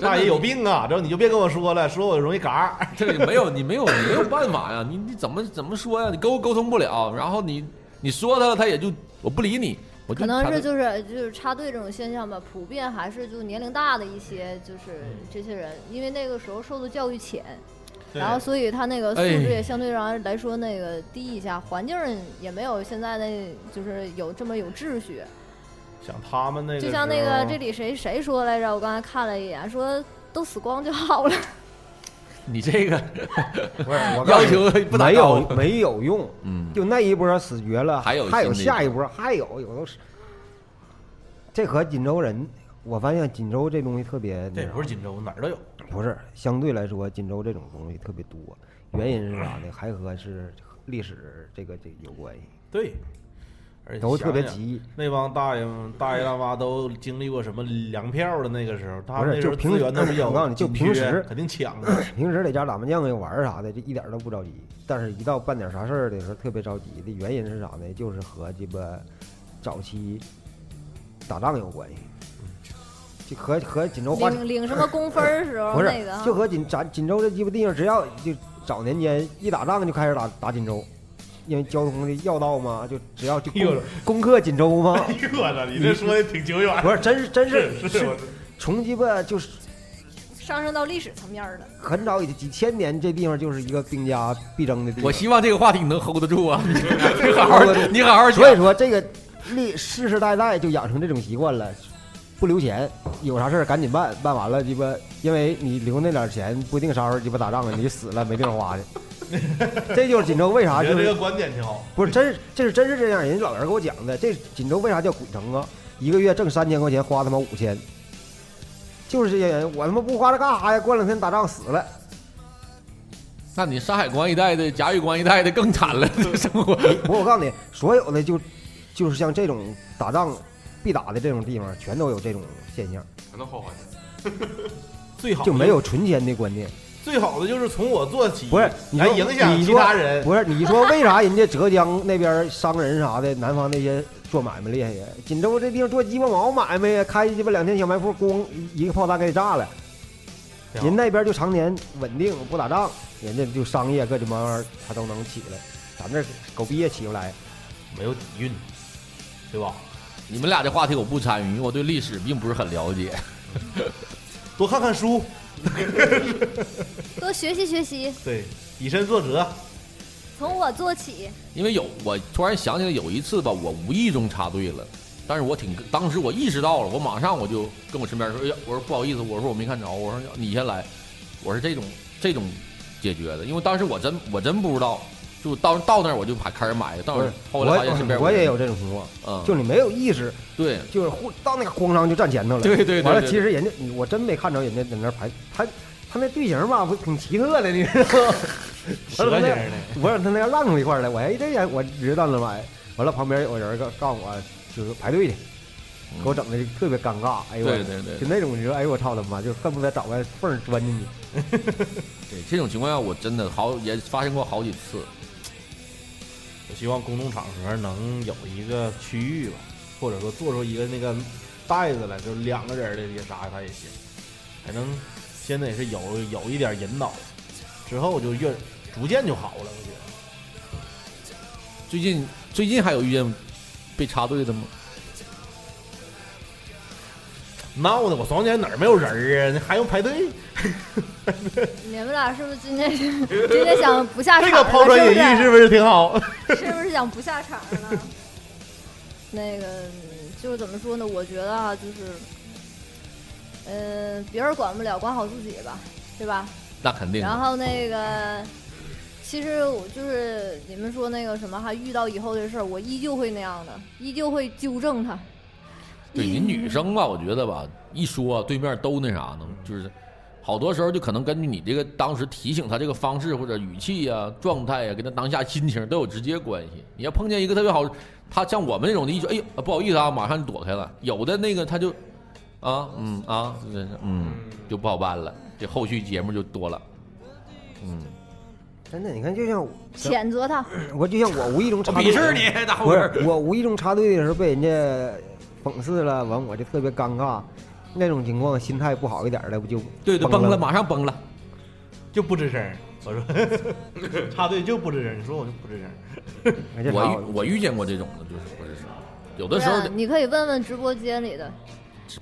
大姨有病啊！之后你就别跟我说了，说我容易嘎。这个没有你没有你没有办法呀，你你怎么怎么说呀？你沟沟通不了，然后你你说她了，她也就我不理你，我就可能插是队就是就是插队这种现象吧，普遍还是就年龄大的一些就是这些人，因为那个时候受的教育浅，对 [LAUGHS] 然后所以它那个素哎质也相对上来说那个低一下，环境也没有现在那就是有这么有秩序。像他们那个时就候，像那个这里谁谁说来着，我刚才看了一眼，说都死光就好了。你这个 [LAUGHS] 不是我告要诉你求不达没到有没有用，嗯，就那一波死绝了，还有还有新的一下一波，还有有都是。这和锦州人，我发现锦州这东西特别，这不是锦州，哪儿都有。不是相对来说，锦州这种东西特别多，原因是啥呢？还和是历史这个这有关系。对，而且都特别想想急。那帮大爷们、大爷大妈都经历过什么粮票的那个时候，他不们是那时候就平资源都比 [LAUGHS] 我告诉较你就紧平缺时肯定抢啊。平时在家打麻将啊、玩儿啥的，这一点儿都不着急。但是，一到办点啥事儿的时候，特别着急的原因是啥呢？就是和鸡巴早期打仗有关系，就和和锦州花领领什么工分儿时候不是那个啊，就和锦咱锦州这鸡巴地方，只要就早年间一打仗就开始打打锦州，因为交通的要道嘛，就只要就哎呦攻攻克锦州嘛。哎呦我操，你这说的挺久远。不是，真是真是是是我从鸡巴就是上升到历史层面儿了。很早以前几千年，这地方就是一个兵家必争的地方。我希望这个话题你能 hold 得 [LAUGHS] 住啊！你好好，你好好讲。所以说，这个历世世代代就养成这种习惯了，不留钱，有啥事儿赶紧办，办完了鸡巴，因为你留那点钱，不一定啥时候鸡巴打仗了，你死了没地方花去。这就是锦州为啥我觉啊就得这是个观点挺好。不是真是这是真是这样，人家老人给我讲的，这锦州为啥叫鬼城啊？一个月挣三千块钱，花他妈五千，就是这些人，我他妈不花这干啥呀？过两天打仗死了，那你山海关一带的、甲乙关一带的更惨了，这生活。哎不，我告诉你，所有的就就是像这种打仗必打的这种地方，全都有这种现象，全都好好最好就没有存钱的观念。最好的就是从我做起，不是，你嗯来说影响你其说他人。不是，你说为啥人家浙江那边商人啥的，南方那些做买卖厉害呀？锦州这地方做鸡巴毛买卖呀，开鸡巴两天小卖铺，咣一个炮弹给炸了。挺好人那边就常年稳定不打仗，人家就商业各种慢慢他都能起来，咱这狗逼也起不来。没有底蕴，对吧？你们俩这话题我不参与，因为我对历史并不是很了解。多看看书，多学习学习，对，以身作则。从我做起。因为有我突然想起来有一次吧，我无意中插队了，但是我挺当时我意识到了，我马上我就跟我身边说，哎呀，我说不好意思，我说我没看着，我说你先来，我是这种这种解决的，因为当时我真我真不知道，就到到那儿我就开始买，到不那是儿，后我来发现身边我人也有这种情况，嗯就你没有意识，对就是忽到那个咣当就站前头了。对对对完了，对其实人家你我真没看着人家在那儿排，他他那队形吧，不挺奇特的，你知道吗？蛇完了他那形儿的我让他那样浪一块儿来，我哎这样我直接到那买，完了旁边有人告告诉我就是排队的。给我整的特别尴尬，哎呦，嗯对对对就那种你说，哎呦我操他妈，就恨不得找个缝儿钻进去。对这种情况下，我真的好也发生过好几次。我希望公众场合能有一个区域吧，或者说做出一个那个袋子来，就是两个人的也啥他也行，反正现在也是有有一点引导，之后就越逐渐就好了，我觉得。最近最近还有遇见被插队的吗？闹的我昨天哪儿没有人儿啊？那还用排队？你们俩是不是今天今天想不下场 [LAUGHS] 这了？个抛砖引玉是啊是不是挺 [LAUGHS] 好？不是？是不是想不下场了？那个嗯就是怎么说呢？我觉得啊，就是，嗯、别人管不了，管好自己吧，对吧？那肯定的。然后那个，其实我就是你们说那个什么，还遇到以后的事儿，我依旧会那样的，依旧会纠正他。对你女生吧，我觉得吧，一说对面都那啥呢，就是好多时候就可能根据你这个当时提醒她这个方式或者语气呀、状态呀、跟她当下心情都有直接关系。你要碰见一个特别好，她像我们这种的，一说哎呦啊不好意思啊，马上就躲开了。有的那个她就啊嗯啊，就真是嗯就不好办了，这后续节目就多了。嗯，真的，你看，就像我谴责他，我就像我无意中插队，我鄙视你大不伙儿是我无意中插队的时候被人家讽刺了，完我就特别尴尬。那种情况心态不好一点的不就对对，崩了了，吗？马上崩了。就不吱声儿。我说 [LAUGHS] 插队就不吱声儿，你说我就不吱声儿。哎这我好遇我遇见过这种的，就是不是有不的是时候啊你可以问问直播间里的，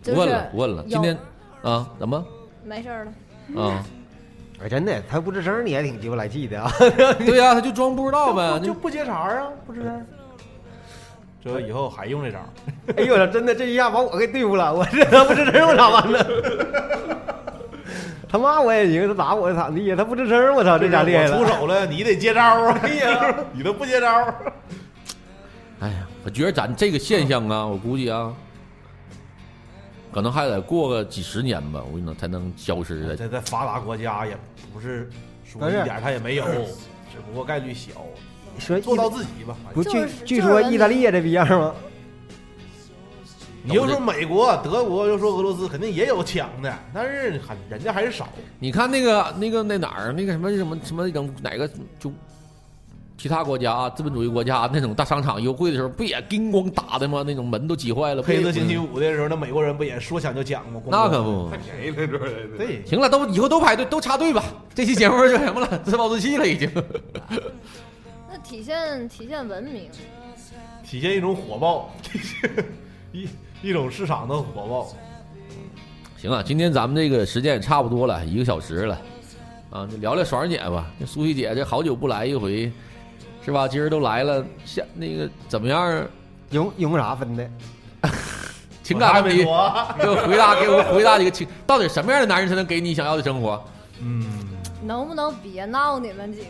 就是问了问了，今有天啊怎么没事儿了。啊？哎，真的，他不吱声，你也挺鸡巴来气的啊！ [LAUGHS] [LAUGHS] 对呀、他就装不知道呗，就不接茬儿啊，不吱声。这以后还用这招？哎呦我操，真的这一下把我给对付了，我这他不吱声，我咋办呢？ [LAUGHS] 他妈我也行，他打我咋地呀？他不吱声，我操，啊这家厉害了！我出手了，你得接招 [LAUGHS] 啊！哎呀，你都不接招啊儿， [LAUGHS] 哎呀，我觉得咱这个现象啊，我估计啊，可能还得过个几十年吧，我跟你说才能消失的。这在发达国家也不是说一但是点儿他也 [LAUGHS] 没有，只不过概率小。说做到自己吧，哎哎不就据是据说意大利啊也这逼样吗？你就说美国、德国，又说俄罗斯，肯定也有抢的，但是还人家还是少。你看那个那个那哪儿那个什么什么什么那种哪个就其他国家啊资本主义国家那种大商场优惠的时候，不也叮咣打的吗？那种门都挤坏了。黑色色星期五的时候，那美国人不也说抢就抢吗？咣咣那可不太便宜了，这是对，行了，都以后都排队都插队吧。这期节目就什么了，自暴自弃了已经。那体现体现文明，体现一种火爆， [LAUGHS] 一一种市场的火爆。行啊，今天咱们这个时间也差不多了，一个小时了，啊，就聊聊爽儿姐吧。这苏西姐这好久不来一回，是吧？今儿都来了，下那个怎么样？用用啥分的？情感问题，我 [LAUGHS] 给还没说我回答，给我回答一个情，到底什么样的男人才能给你想要的生活？嗯能不能别闹你们几个？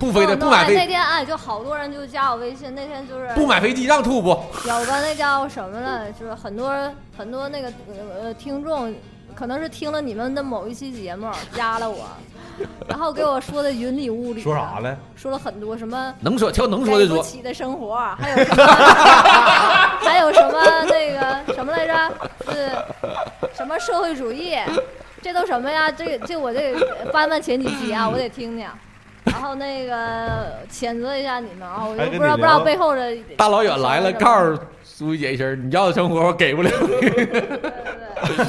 不飞的闹不买哎那飞，天哎，就好多人就加我微信，那天就是不买飞机让吐不？有个那叫什么呢？就是很多很多那个呃听众，可能是听了你们的某一期节目加了 [LAUGHS] 我，然后给我说的云里雾里。啊说啥？了？说了很多什么能说挑能说的给不说，起的生活，啊还有什 [LAUGHS] 么 [LAUGHS] 还有什么那个什么来着？是什么社会主义？这都什么呀？这这我得翻翻前几期啊，我得听听。然后那个谴责一下你们啊，我还就跟不知道你不知道聊背后的大老远来了，什么告诉苏西姐一声，你要的生活我给不了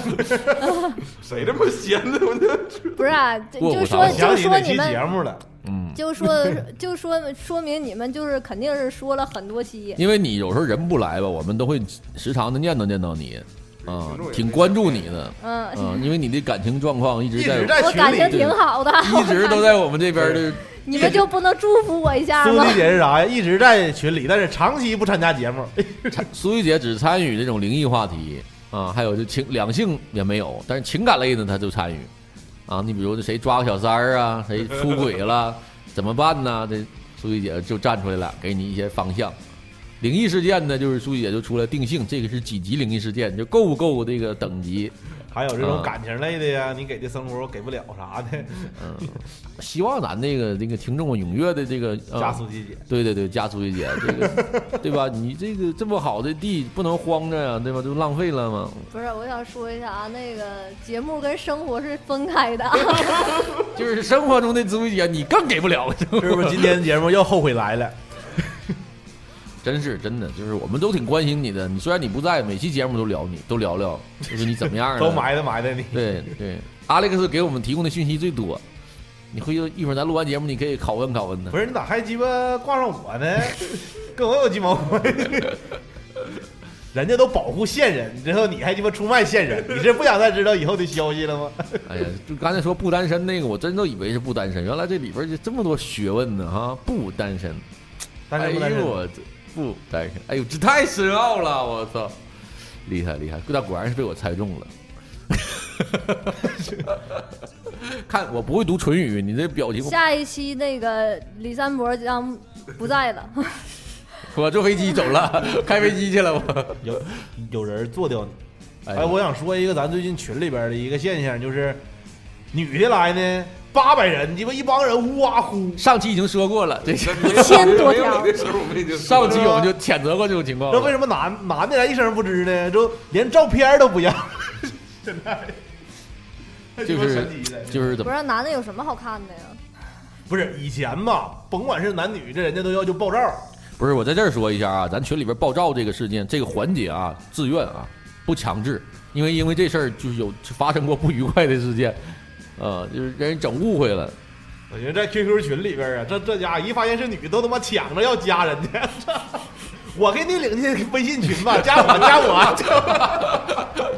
你。谁这么闲的？我不是啊，就过就不说长就想起说哪你期们节目了？嗯，就说就说说明你们就是肯定是说了很多期， [LAUGHS] 因为你有时候人不来吧，我们都会时常的念叨念叨你，啊、挺关注你的，嗯啊因为你的感情状况一直在，我感情挺好的，一直都在我们这边的。 [LAUGHS] 你们就不能祝福我一下苏吗丽？姐是啥呀？一直在群里，但是长期不参加节目。哎苏玉姐只参与这种灵异话题啊，还有就情两性也没有，但是情感类的她就参与啊。你比如这谁抓个小三儿啊，谁出轨了，怎么办呢？这苏玉姐就站出来了，给你一些方向。灵异事件呢，就是苏玉姐就出来定性，这个是几级灵异事件，就够不够这个等级？还有这种啊感情类的呀，你给的生活我给不了啥的，嗯，希望咱这个这个听众踊跃的这个、呃、 [LAUGHS] 加苏西姐对对对，加苏西姐，这 [LAUGHS] 个对吧？你这个这么好的地不能荒着呀、对吧？就浪费了嘛。不是，我想说一下啊，那个节目跟生活是分 [LAUGHS] 开的啊。 [LAUGHS] 就是生活中的苏西姐，啊你更给不了，是 [LAUGHS] 是不是？今天节目又后悔来了，真是真的，就是我们都挺关心你的。你虽然你不在，每期节目都聊你，都聊聊，就是你怎么 [LAUGHS] 样了，都埋汰埋汰你。嗯对对，Alex 给我们提供的讯息最多。你回头一会儿咱录完节目，你可以拷问拷问他不。是你咋还鸡巴挂上我呢？跟我有鸡毛关系？ [LAUGHS] 人家都保护线人，之后你还鸡巴出卖线人，你是不想再知道以后的消息了吗？ [LAUGHS] 哎呀，就刚才说不单身那个，我真都以为是不单身，原来这里边就这么多学问呢哈！不单身，单身不单哎身呦我这不单身，哎呦这太深奥了，我操！厉害厉害，那果然是被我猜中了。看我不会读唇语，你这表情，下一期那个李三伯将不在了，我坐飞机走了，开飞机去了我。有有人做掉你。哎哎，我想说一个咱最近群里边的一个现象，就是女的来呢，八百人，鸡巴一帮人呜哇呼，上期已经说过了，这是 [LAUGHS] 千多条。上期我们就谴责过这种情况那为了。什么男男的咱一声不知呢？就连照片都不要， [LAUGHS] 现在就太鸡巴是神奇了就是怎不么是男的有什么好看的呀？不是以前吧，甭管是男女，这人家都要求爆照。不是，我在这儿说一下啊，咱群里边爆照这个事件，这个环节啊，自愿啊，不强制，因为因为这事儿就是有发生过不愉快的事件，呃，就是让人整误会了。 [LAUGHS] 我觉得在 QQ 群里边啊，这这家伙一发现是女的，都他妈抢着要加人家。 [LAUGHS] 我给你领进微信群吧，加我，加我，加我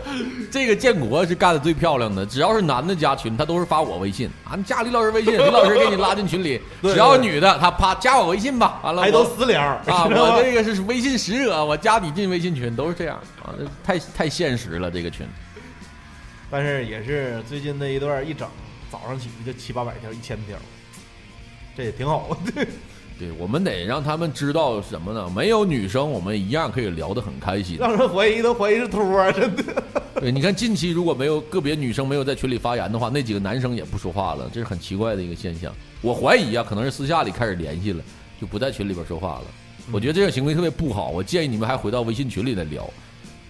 这个建国是干的最漂亮的，只要是男的加群，他都是发我微信啊，你加李老师微信，李老师给你拉进群里。对只要女的，她啪加我微信吧，完了 [LAUGHS] 还我都私聊啊，知道吗我这个是微信使者，我加你进微信群都是这样啊，这太太现实了这个群。但是也是最近这一段一整，早上起就七八百条，一千条，这也挺好。对，对我们得让他们知道什么呢？没有女生，我们一样可以聊得很开 [LAUGHS] 心。 [LAUGHS] 让人怀疑都怀疑是托儿，真的。对，你看近期如果没有个别女生没有在群里发言的话，那几个男生也不说话了，这是很奇怪的一个现象。我怀疑啊，可能是私下里开始联系了，就不在群里边说话了。我觉得这种行为特别不好，我建议你们还回到微信群里再聊。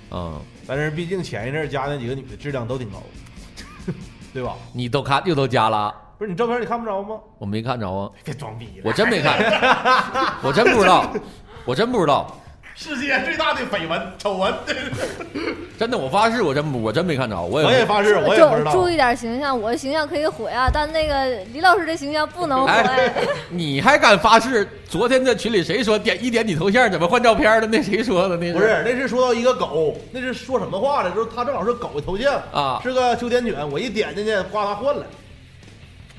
啊、但是毕竟前一阵儿加那几个女的质量都挺高， [LAUGHS] 对吧？你都看又都加了，不是你照片你看不着吗？我没看着啊，别装逼了，我真没看，我真不知道，我真不知道，世界最大的绯闻丑闻。 [LAUGHS] 真的，我发誓，我真不我真没看着，我也我也发誓，我也不知注注道。意点形象，我的形象可以毁啊，但那个李老师的形象不能毁。哎，你还敢发誓？昨天在群里谁说点一点你头像怎么换照片的？那谁说的？那不是，那是说到一个狗，那是说什么话呢？就是他正好是狗的头像啊是个秋田犬，我一点进去，呱，他换了，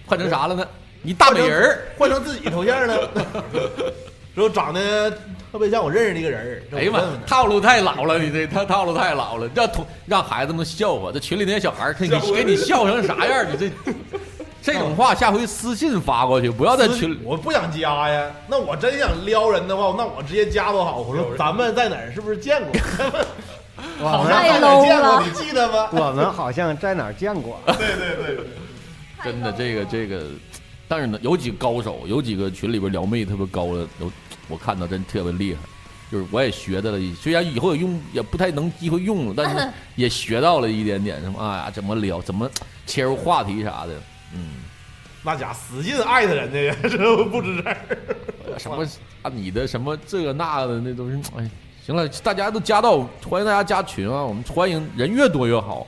换成啥了呢？一大美人儿。换成自己头像了， [LAUGHS] 之后长得特别像我认识的一个人儿。这我哎呀妈问问，他套路太老了，你这他套路太老了，让同让孩子们笑话。这群里那些小孩儿，看你给你笑成啥样儿？你这 [LAUGHS] 这种话下回私信发过去，不要在群里。我不想加呀。那我真想撩人的话，那我直接加多好。我说咱们在哪儿是不是 [LAUGHS] 见过？好像在哪儿见过，你记得吗？我们好像在哪儿见过。 [LAUGHS] 对对对对，真的，这个这个，但是呢，有几个高手，有几个群里边撩妹特别高的，有我看到真特别厉害，就是我也学到了一，虽然以后也用也不太能机会用了，但 [LAUGHS] 是也学到了一点点什么，哎呀，怎么聊，怎么切入话题啥的， [LAUGHS] 那家使劲艾特人家， [LAUGHS] 这都不吱声儿。什么啊你的什么这个那个的，那都是哎，行了，大家都加到，欢迎大家加群啊，我们欢迎人越多越好，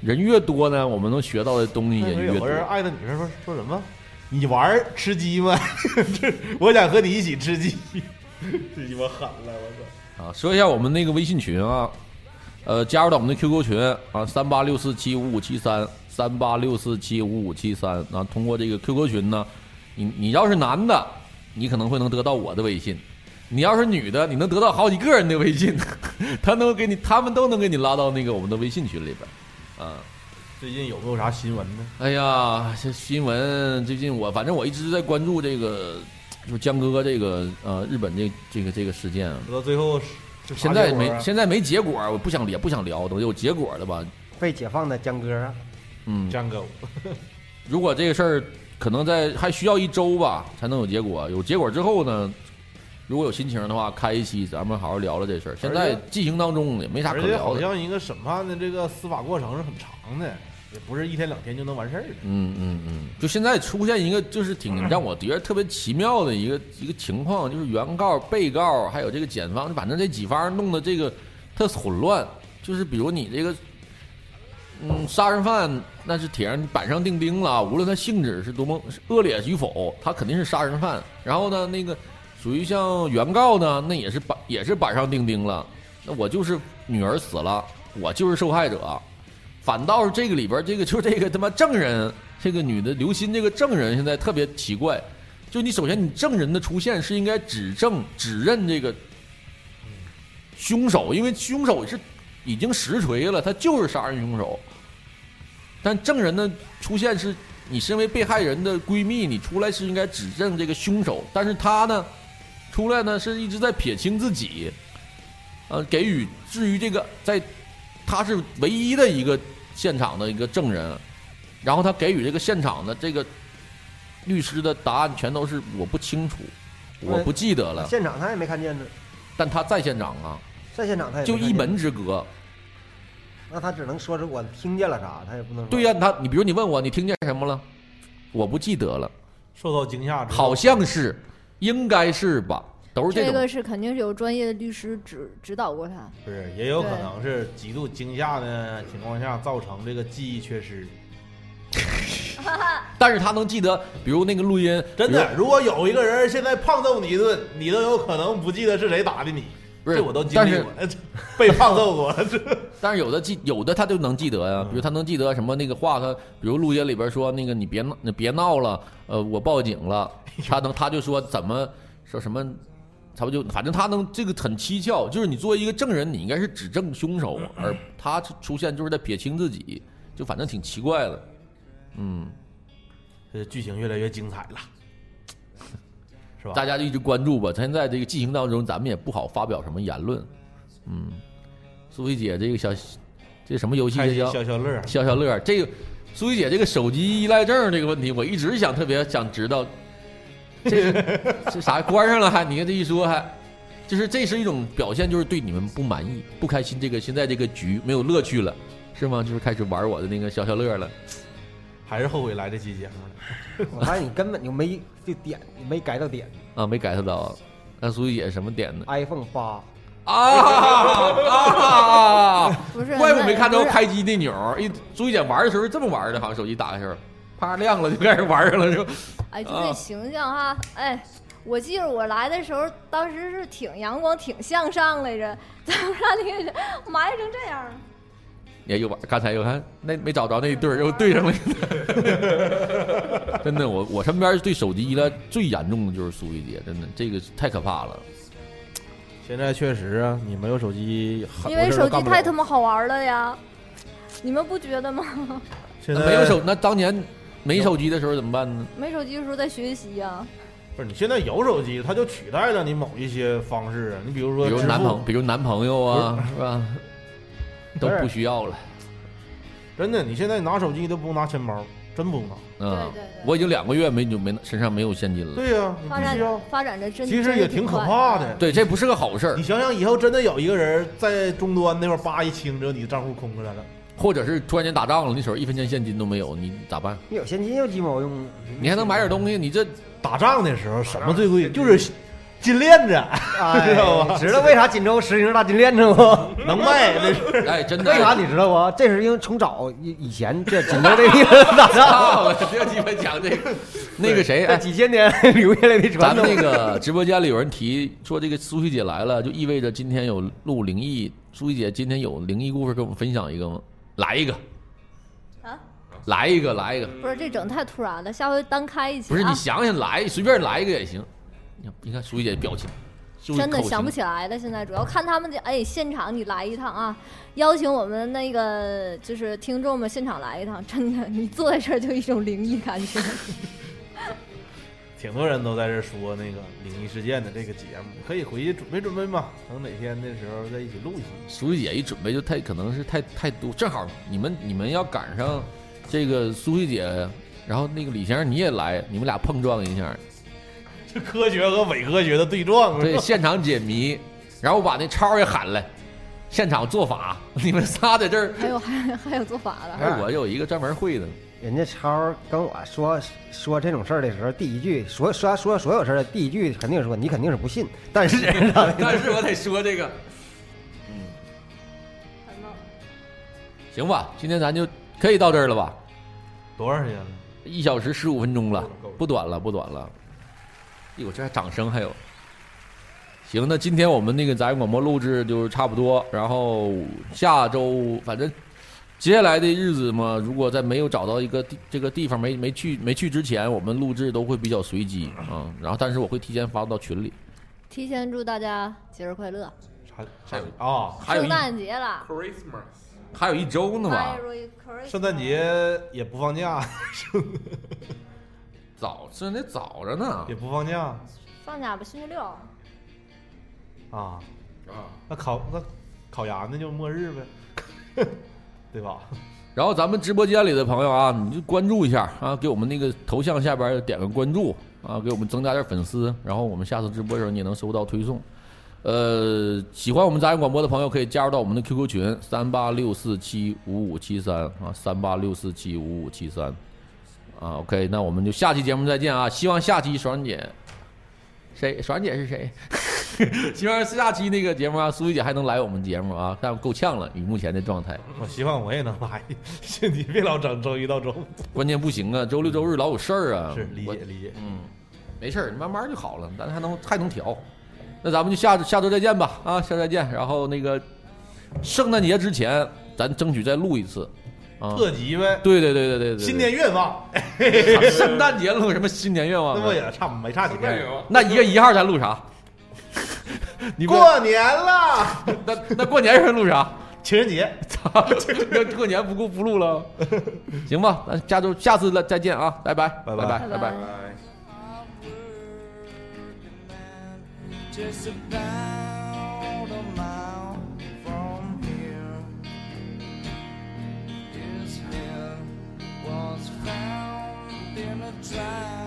人越多呢，我们能学到的东 [LAUGHS] 西也那时候越有多个。人艾特女生说说什么？你玩儿吃鸡吗？ [LAUGHS] 这我想和你一起吃鸡， [LAUGHS] 这鸡巴狠了，我啊，说一下我们那个微信群啊，呃，加入到我们的 QQ 群啊，三八六四七五五七三，三八六四七五五七三啊。通过这个 QQ 群呢，你你要是男的，你可能会能得到我的微信；你要是女的，你能得到好几个人的微信， [LAUGHS] 他能给你，他们都能给你拉到那个我们的微信群里边，啊。操！最近有没有啥新闻呢？哎呀，这新闻最近我反正我一直在关注这个，就是江哥这个呃日本这这个这个事件啊。到最后是是啥现在结果啊没现在没结果，我不想也不想聊，等有结果了吧。被解放的江哥啊，嗯，江哥，如果这个事儿可能在还需要一周吧才能有结果，有结果之后呢，如果有心情的话，开一期咱们好好聊聊这事儿。现在进行当中也没啥而可且聊好的。像一个审判的这个司法过程是很长的，也不是一天两天就能完事儿的。嗯嗯嗯，就现在出现一个就是挺让我觉得特别奇妙的一个一个情况，就是原告、被告还有这个检方，反正这几方弄的这个特混乱。就是比如你这个，嗯，杀人犯那是铁上板上钉钉了，无论他性质是多么恶劣与否，他肯定是杀人犯。然后呢，那个属于像原告呢，那也是板也是板上钉钉了。那我就是女儿死了，我就是受害者。反倒是这个里边儿这个 [LAUGHS] 就是这个他妈证人，这个女的刘鑫这个证人现在特别奇怪，就你首先你证人的出现是应该指证指认这个凶手，因为凶手是已经实锤了，他就是杀人凶手。但证人的出现是你身为被害人的闺蜜，你出来是应该指证这个凶手，但是她呢，出来呢是一直在撇清自己，呃，给予至于这个在他是唯一的一个现场的一个证人，然后他给予这个现场的这个律师的答案全都是我不清楚，我不记得了，现场他也没看见呢，但他在现场啊，在现场他也没就看见一门，之隔。那他只能说是我听见了啥，他也不能说对呀、他你比如你问我你听见什么了，我不记得了，受到惊吓之后，好像是，应该是吧，都是这这种。个是肯定是有专业的律师指指导过他。不是也有可能是极度惊吓的情况下造成这个记忆缺失。但是他能记得，比如那个录音，真比如的，如果有一个人现在胖揍你一顿，你都有可能不记得是谁打的你。不是这我都经但历是过，被胖揍过。但是有的记，有的他就能记得呀、比如他能记得什么那个话，他比如录音里边说那个你别闹，你别闹了，呃，我报警了，他能他就说怎么说什么，他不就反正他能这个很蹊跷，就是你作为一个证人，你应该是指证凶手，而他出现就是在撇清自己，就反正挺奇怪的，嗯， [LAUGHS] 这剧情越来越精彩了，是吧？大家就一直关注吧。现在这个进行当中，咱们也不好发表什么言论。嗯，苏菲姐这个小这什么游戏？开这心叫消消乐儿消消乐儿。这个苏菲姐这个手机依赖症这个问题，我一直想特别想知道，这是这啥关上了还？你看这一说还，就是这是一种表现，就是对你们不满意、不开心。这个现在这个局没有乐趣了，是吗？就是开始玩我的那个消消乐了。还是后悔来这期节目了。我发现你根本就没就点，你没改到点。啊，没 get 到啊。那苏菲姐什么点呢？ iPhone 八 [LAUGHS] 啊啊！不是怪我没那看着不是开机那钮儿，一注意点玩的时候是这么玩的，好像手机打开时候，啪亮了就开始玩上了，是吧？哎，就啊这形象哈，哎，我记着我来的时候，当时是挺阳光、挺向上来着，怎么让你给埋成这样了？也又玩，刚才又看那没找着那一对儿，又对上了一 [LAUGHS] 对儿。真的，我我身边对手机依赖最严重的就是苏菲姐，真的这个太可怕了。现在确实啊，你没有手机，很因多为事手儿都机干不太了他妈好玩了呀，你们不觉得吗？现那在没有手，那当年没手机的时候怎么办呢？没手机的时候在学习呀，不是你现在有手机，它就取代了你某一些方式。啊你比如说比支付，如男朋，比如男朋友啊，是吧？都不需要了。真的，你现在拿手机都不用拿钱包，真不用拿。嗯，我已经两个月没就没身上没有现金了。对呀、发你必展须要。发展的真其实也挺可怕啊的。对，这不是个好事儿你。想想，以后真的有一个人在终端那块儿叭一清，之后你的账户空出来了，或者是突然间打仗了，你手一分钱现金都没有，你咋办？你有现金有鸡毛用？你还能买点东西？你这打仗的时候什么最贵？就是金链子，啊 [LAUGHS] 知道哎，吧？知道为啥锦州实行大金链子吗？ [LAUGHS] 能卖这是。哎，真的 [LAUGHS] 为啥你知道不？这是因为从早以以前这锦州这地 [LAUGHS] 方打仗，啊！我这鸡巴讲这个，那个谁，这哎，几千年 [LAUGHS] 留下来的 [LAUGHS] 咱传 [LAUGHS] 们统那。个直播间里有人提说，这个苏菲姐来了，就意味着今天有录灵异。苏菲姐今天有灵异故事跟我们分享一个吗？来一个，啊！来一个，来一个，不是这整太突然了，下回单开一期啊。不是你想想来，随便来一个也行。你看，你看苏菲姐的表情，就是真的口型想不起来了，现在主要看他们的哎，现场你来一趟啊，邀请我们那个就是听众们现场来一趟，真的，你坐在这儿就一种灵异感 [LAUGHS] 觉。挺多人都在这说那个灵异事件的这个节目，可以回去准备准备嘛，等哪天的时候再一起录一期。苏菲姐一准备就太可能是太太多，正好你们你们要赶上这个苏菲姐，然后那个李先生你也来，你们俩碰撞一下，这 [LAUGHS] 科学和伪科学的对撞，对，是吧现场解谜，然后我把那超儿也喊来，现场做法， [LAUGHS] 你们仨在这儿。还有还还有做法了，哎，我有一个专门会的，人家超儿跟我说说这种事儿的时候，第一句说说说所有事儿的第一句肯定说你肯定是不信，但 [LAUGHS] 是 [LAUGHS] 但是我得说这个，行吧，今天咱就可以到这儿了吧？多长时间了？一小时十五分钟了够了够了，不短了，不短了。哎呦，这还掌声还有。行，那今天我们那个杂音广播录制就是差不多，然后下周反正接下来的日子嘛，如果在没有找到一个地这个地方没没去没去之前，我们录制都会比较随机啊、然后，但是我会提前发到群里。提前祝大家节日快乐，还还有啊，还有圣一诞节了 Christmas，还有一周呢吧？ ，Merry Christmas 圣诞节也不放假，早是那早着呢也，不放假放假吧，星期六，啊。啊，那考那考研那就末日呗， [LAUGHS] 对吧？ [LAUGHS] 然后咱们直播间里的朋友啊，你就关注一下啊，给我们那个头像下边点个关注啊，给我们增加点粉丝，然后我们下次直播的时候你也能收到推送。呃，喜欢我们杂音广播的朋友可以加入到我们的 QQ 群三八六四七五五七三啊，三八六四七五五七三啊。OK，那我们就下期节目再见啊！希望下期爽姐，谁爽姐是谁？ [LAUGHS] 希望下期那个节目啊，苏玉姐还能来我们节目啊，但够呛了，以目前的状态。我希望我也能来，你别老整周一到周五。关键不行啊，周六周日老有事儿啊。是理我解理解，嗯，没事儿，你慢慢就好了，咱还能还能调。那咱们就下下周再见吧，啊，下周再见。然后那个圣诞节之前，咱争取再录一次，啊，特辑呗。对对对对对对，新年愿望，望，圣诞节录什么新年愿望那啊？不也差没差几天？那一月一号咱录啥？你们过年了，那那过年时候录啥？情人节，操，这过年不过不录了，行吧？那下周下次了再见啊，拜拜，拜拜拜拜拜。 Just about a mile from here, his head was found in a drive.